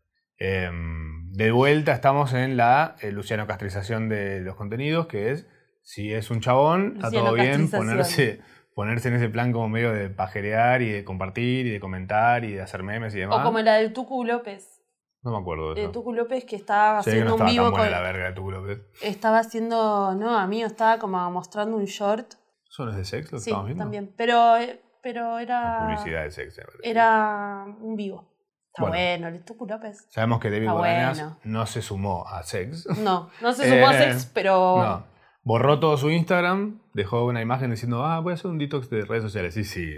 A: Em, de vuelta estamos en la eh, Luciano Castrización de los contenidos, que es si es un chabón, está
B: Luciano
A: todo bien
B: Castrización.
A: ponerse, ponerse en ese plan como medio de pajerear y de compartir y de comentar y de hacer memes y demás.
B: O como la del Tucu López.
A: No me acuerdo de
B: Eh,
A: eso.
B: Tucu López que estaba
A: Sé que no
B: haciendo un
A: estaba
B: vivo
A: tan buena
B: con.
A: la verga de tu López.
B: Estaba haciendo. No, amigo, estaba como mostrando un short.
A: ¿Son los de sex lo que
B: Sí,
A: estamos viendo?
B: también. Pero, eh, pero
A: La
B: era.
A: publicidad de sex. me parece.
B: Era un vivo. Está
A: Bueno.
B: bueno, el Tucu López.
A: Sabemos que David
B: Ah,
A: Boreanas
B: bueno.
A: no se sumó a sex.
B: No, no se supo a
A: Eh,
B: sex, pero.
A: No. Borró todo su Instagram, dejó una imagen diciendo, ah, voy a hacer un detox de redes sociales. Sí, sí,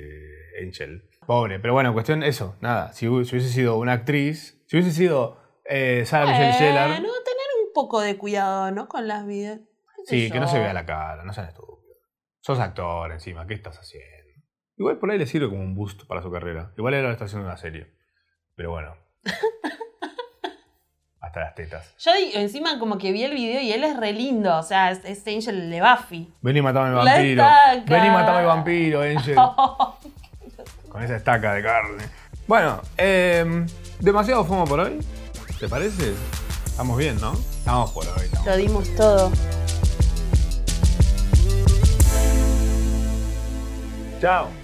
A: Angel. Pobre, pero bueno, cuestión eso, nada. Si, hu- si hubiese sido una actriz, si hubiese sido eh, Sarah Michelle Gellar,
B: Bueno, tener un poco de cuidado, ¿no? Con las vidas.
A: sí, que no se vea la cara, no sean estúpidos. Sos actor encima, ¿qué estás haciendo? Igual por ahí le sirve como un boost para su carrera. Igual él ahora está haciendo una serie. Pero bueno. Hasta las tetas.
B: Yo di- encima como que vi el video y él es re lindo. O sea, es, es Angel de Buffy.
A: Ven y matame al
B: La
A: vampiro.
B: estaca.
A: Ven y matame al vampiro, Angel. Con esa estaca de carne. Bueno, em, demasiado fumo por hoy. ¿Te parece? Estamos bien, ¿no? Estamos por hoy. estamos.
B: Lo dimos todo.
A: Chao.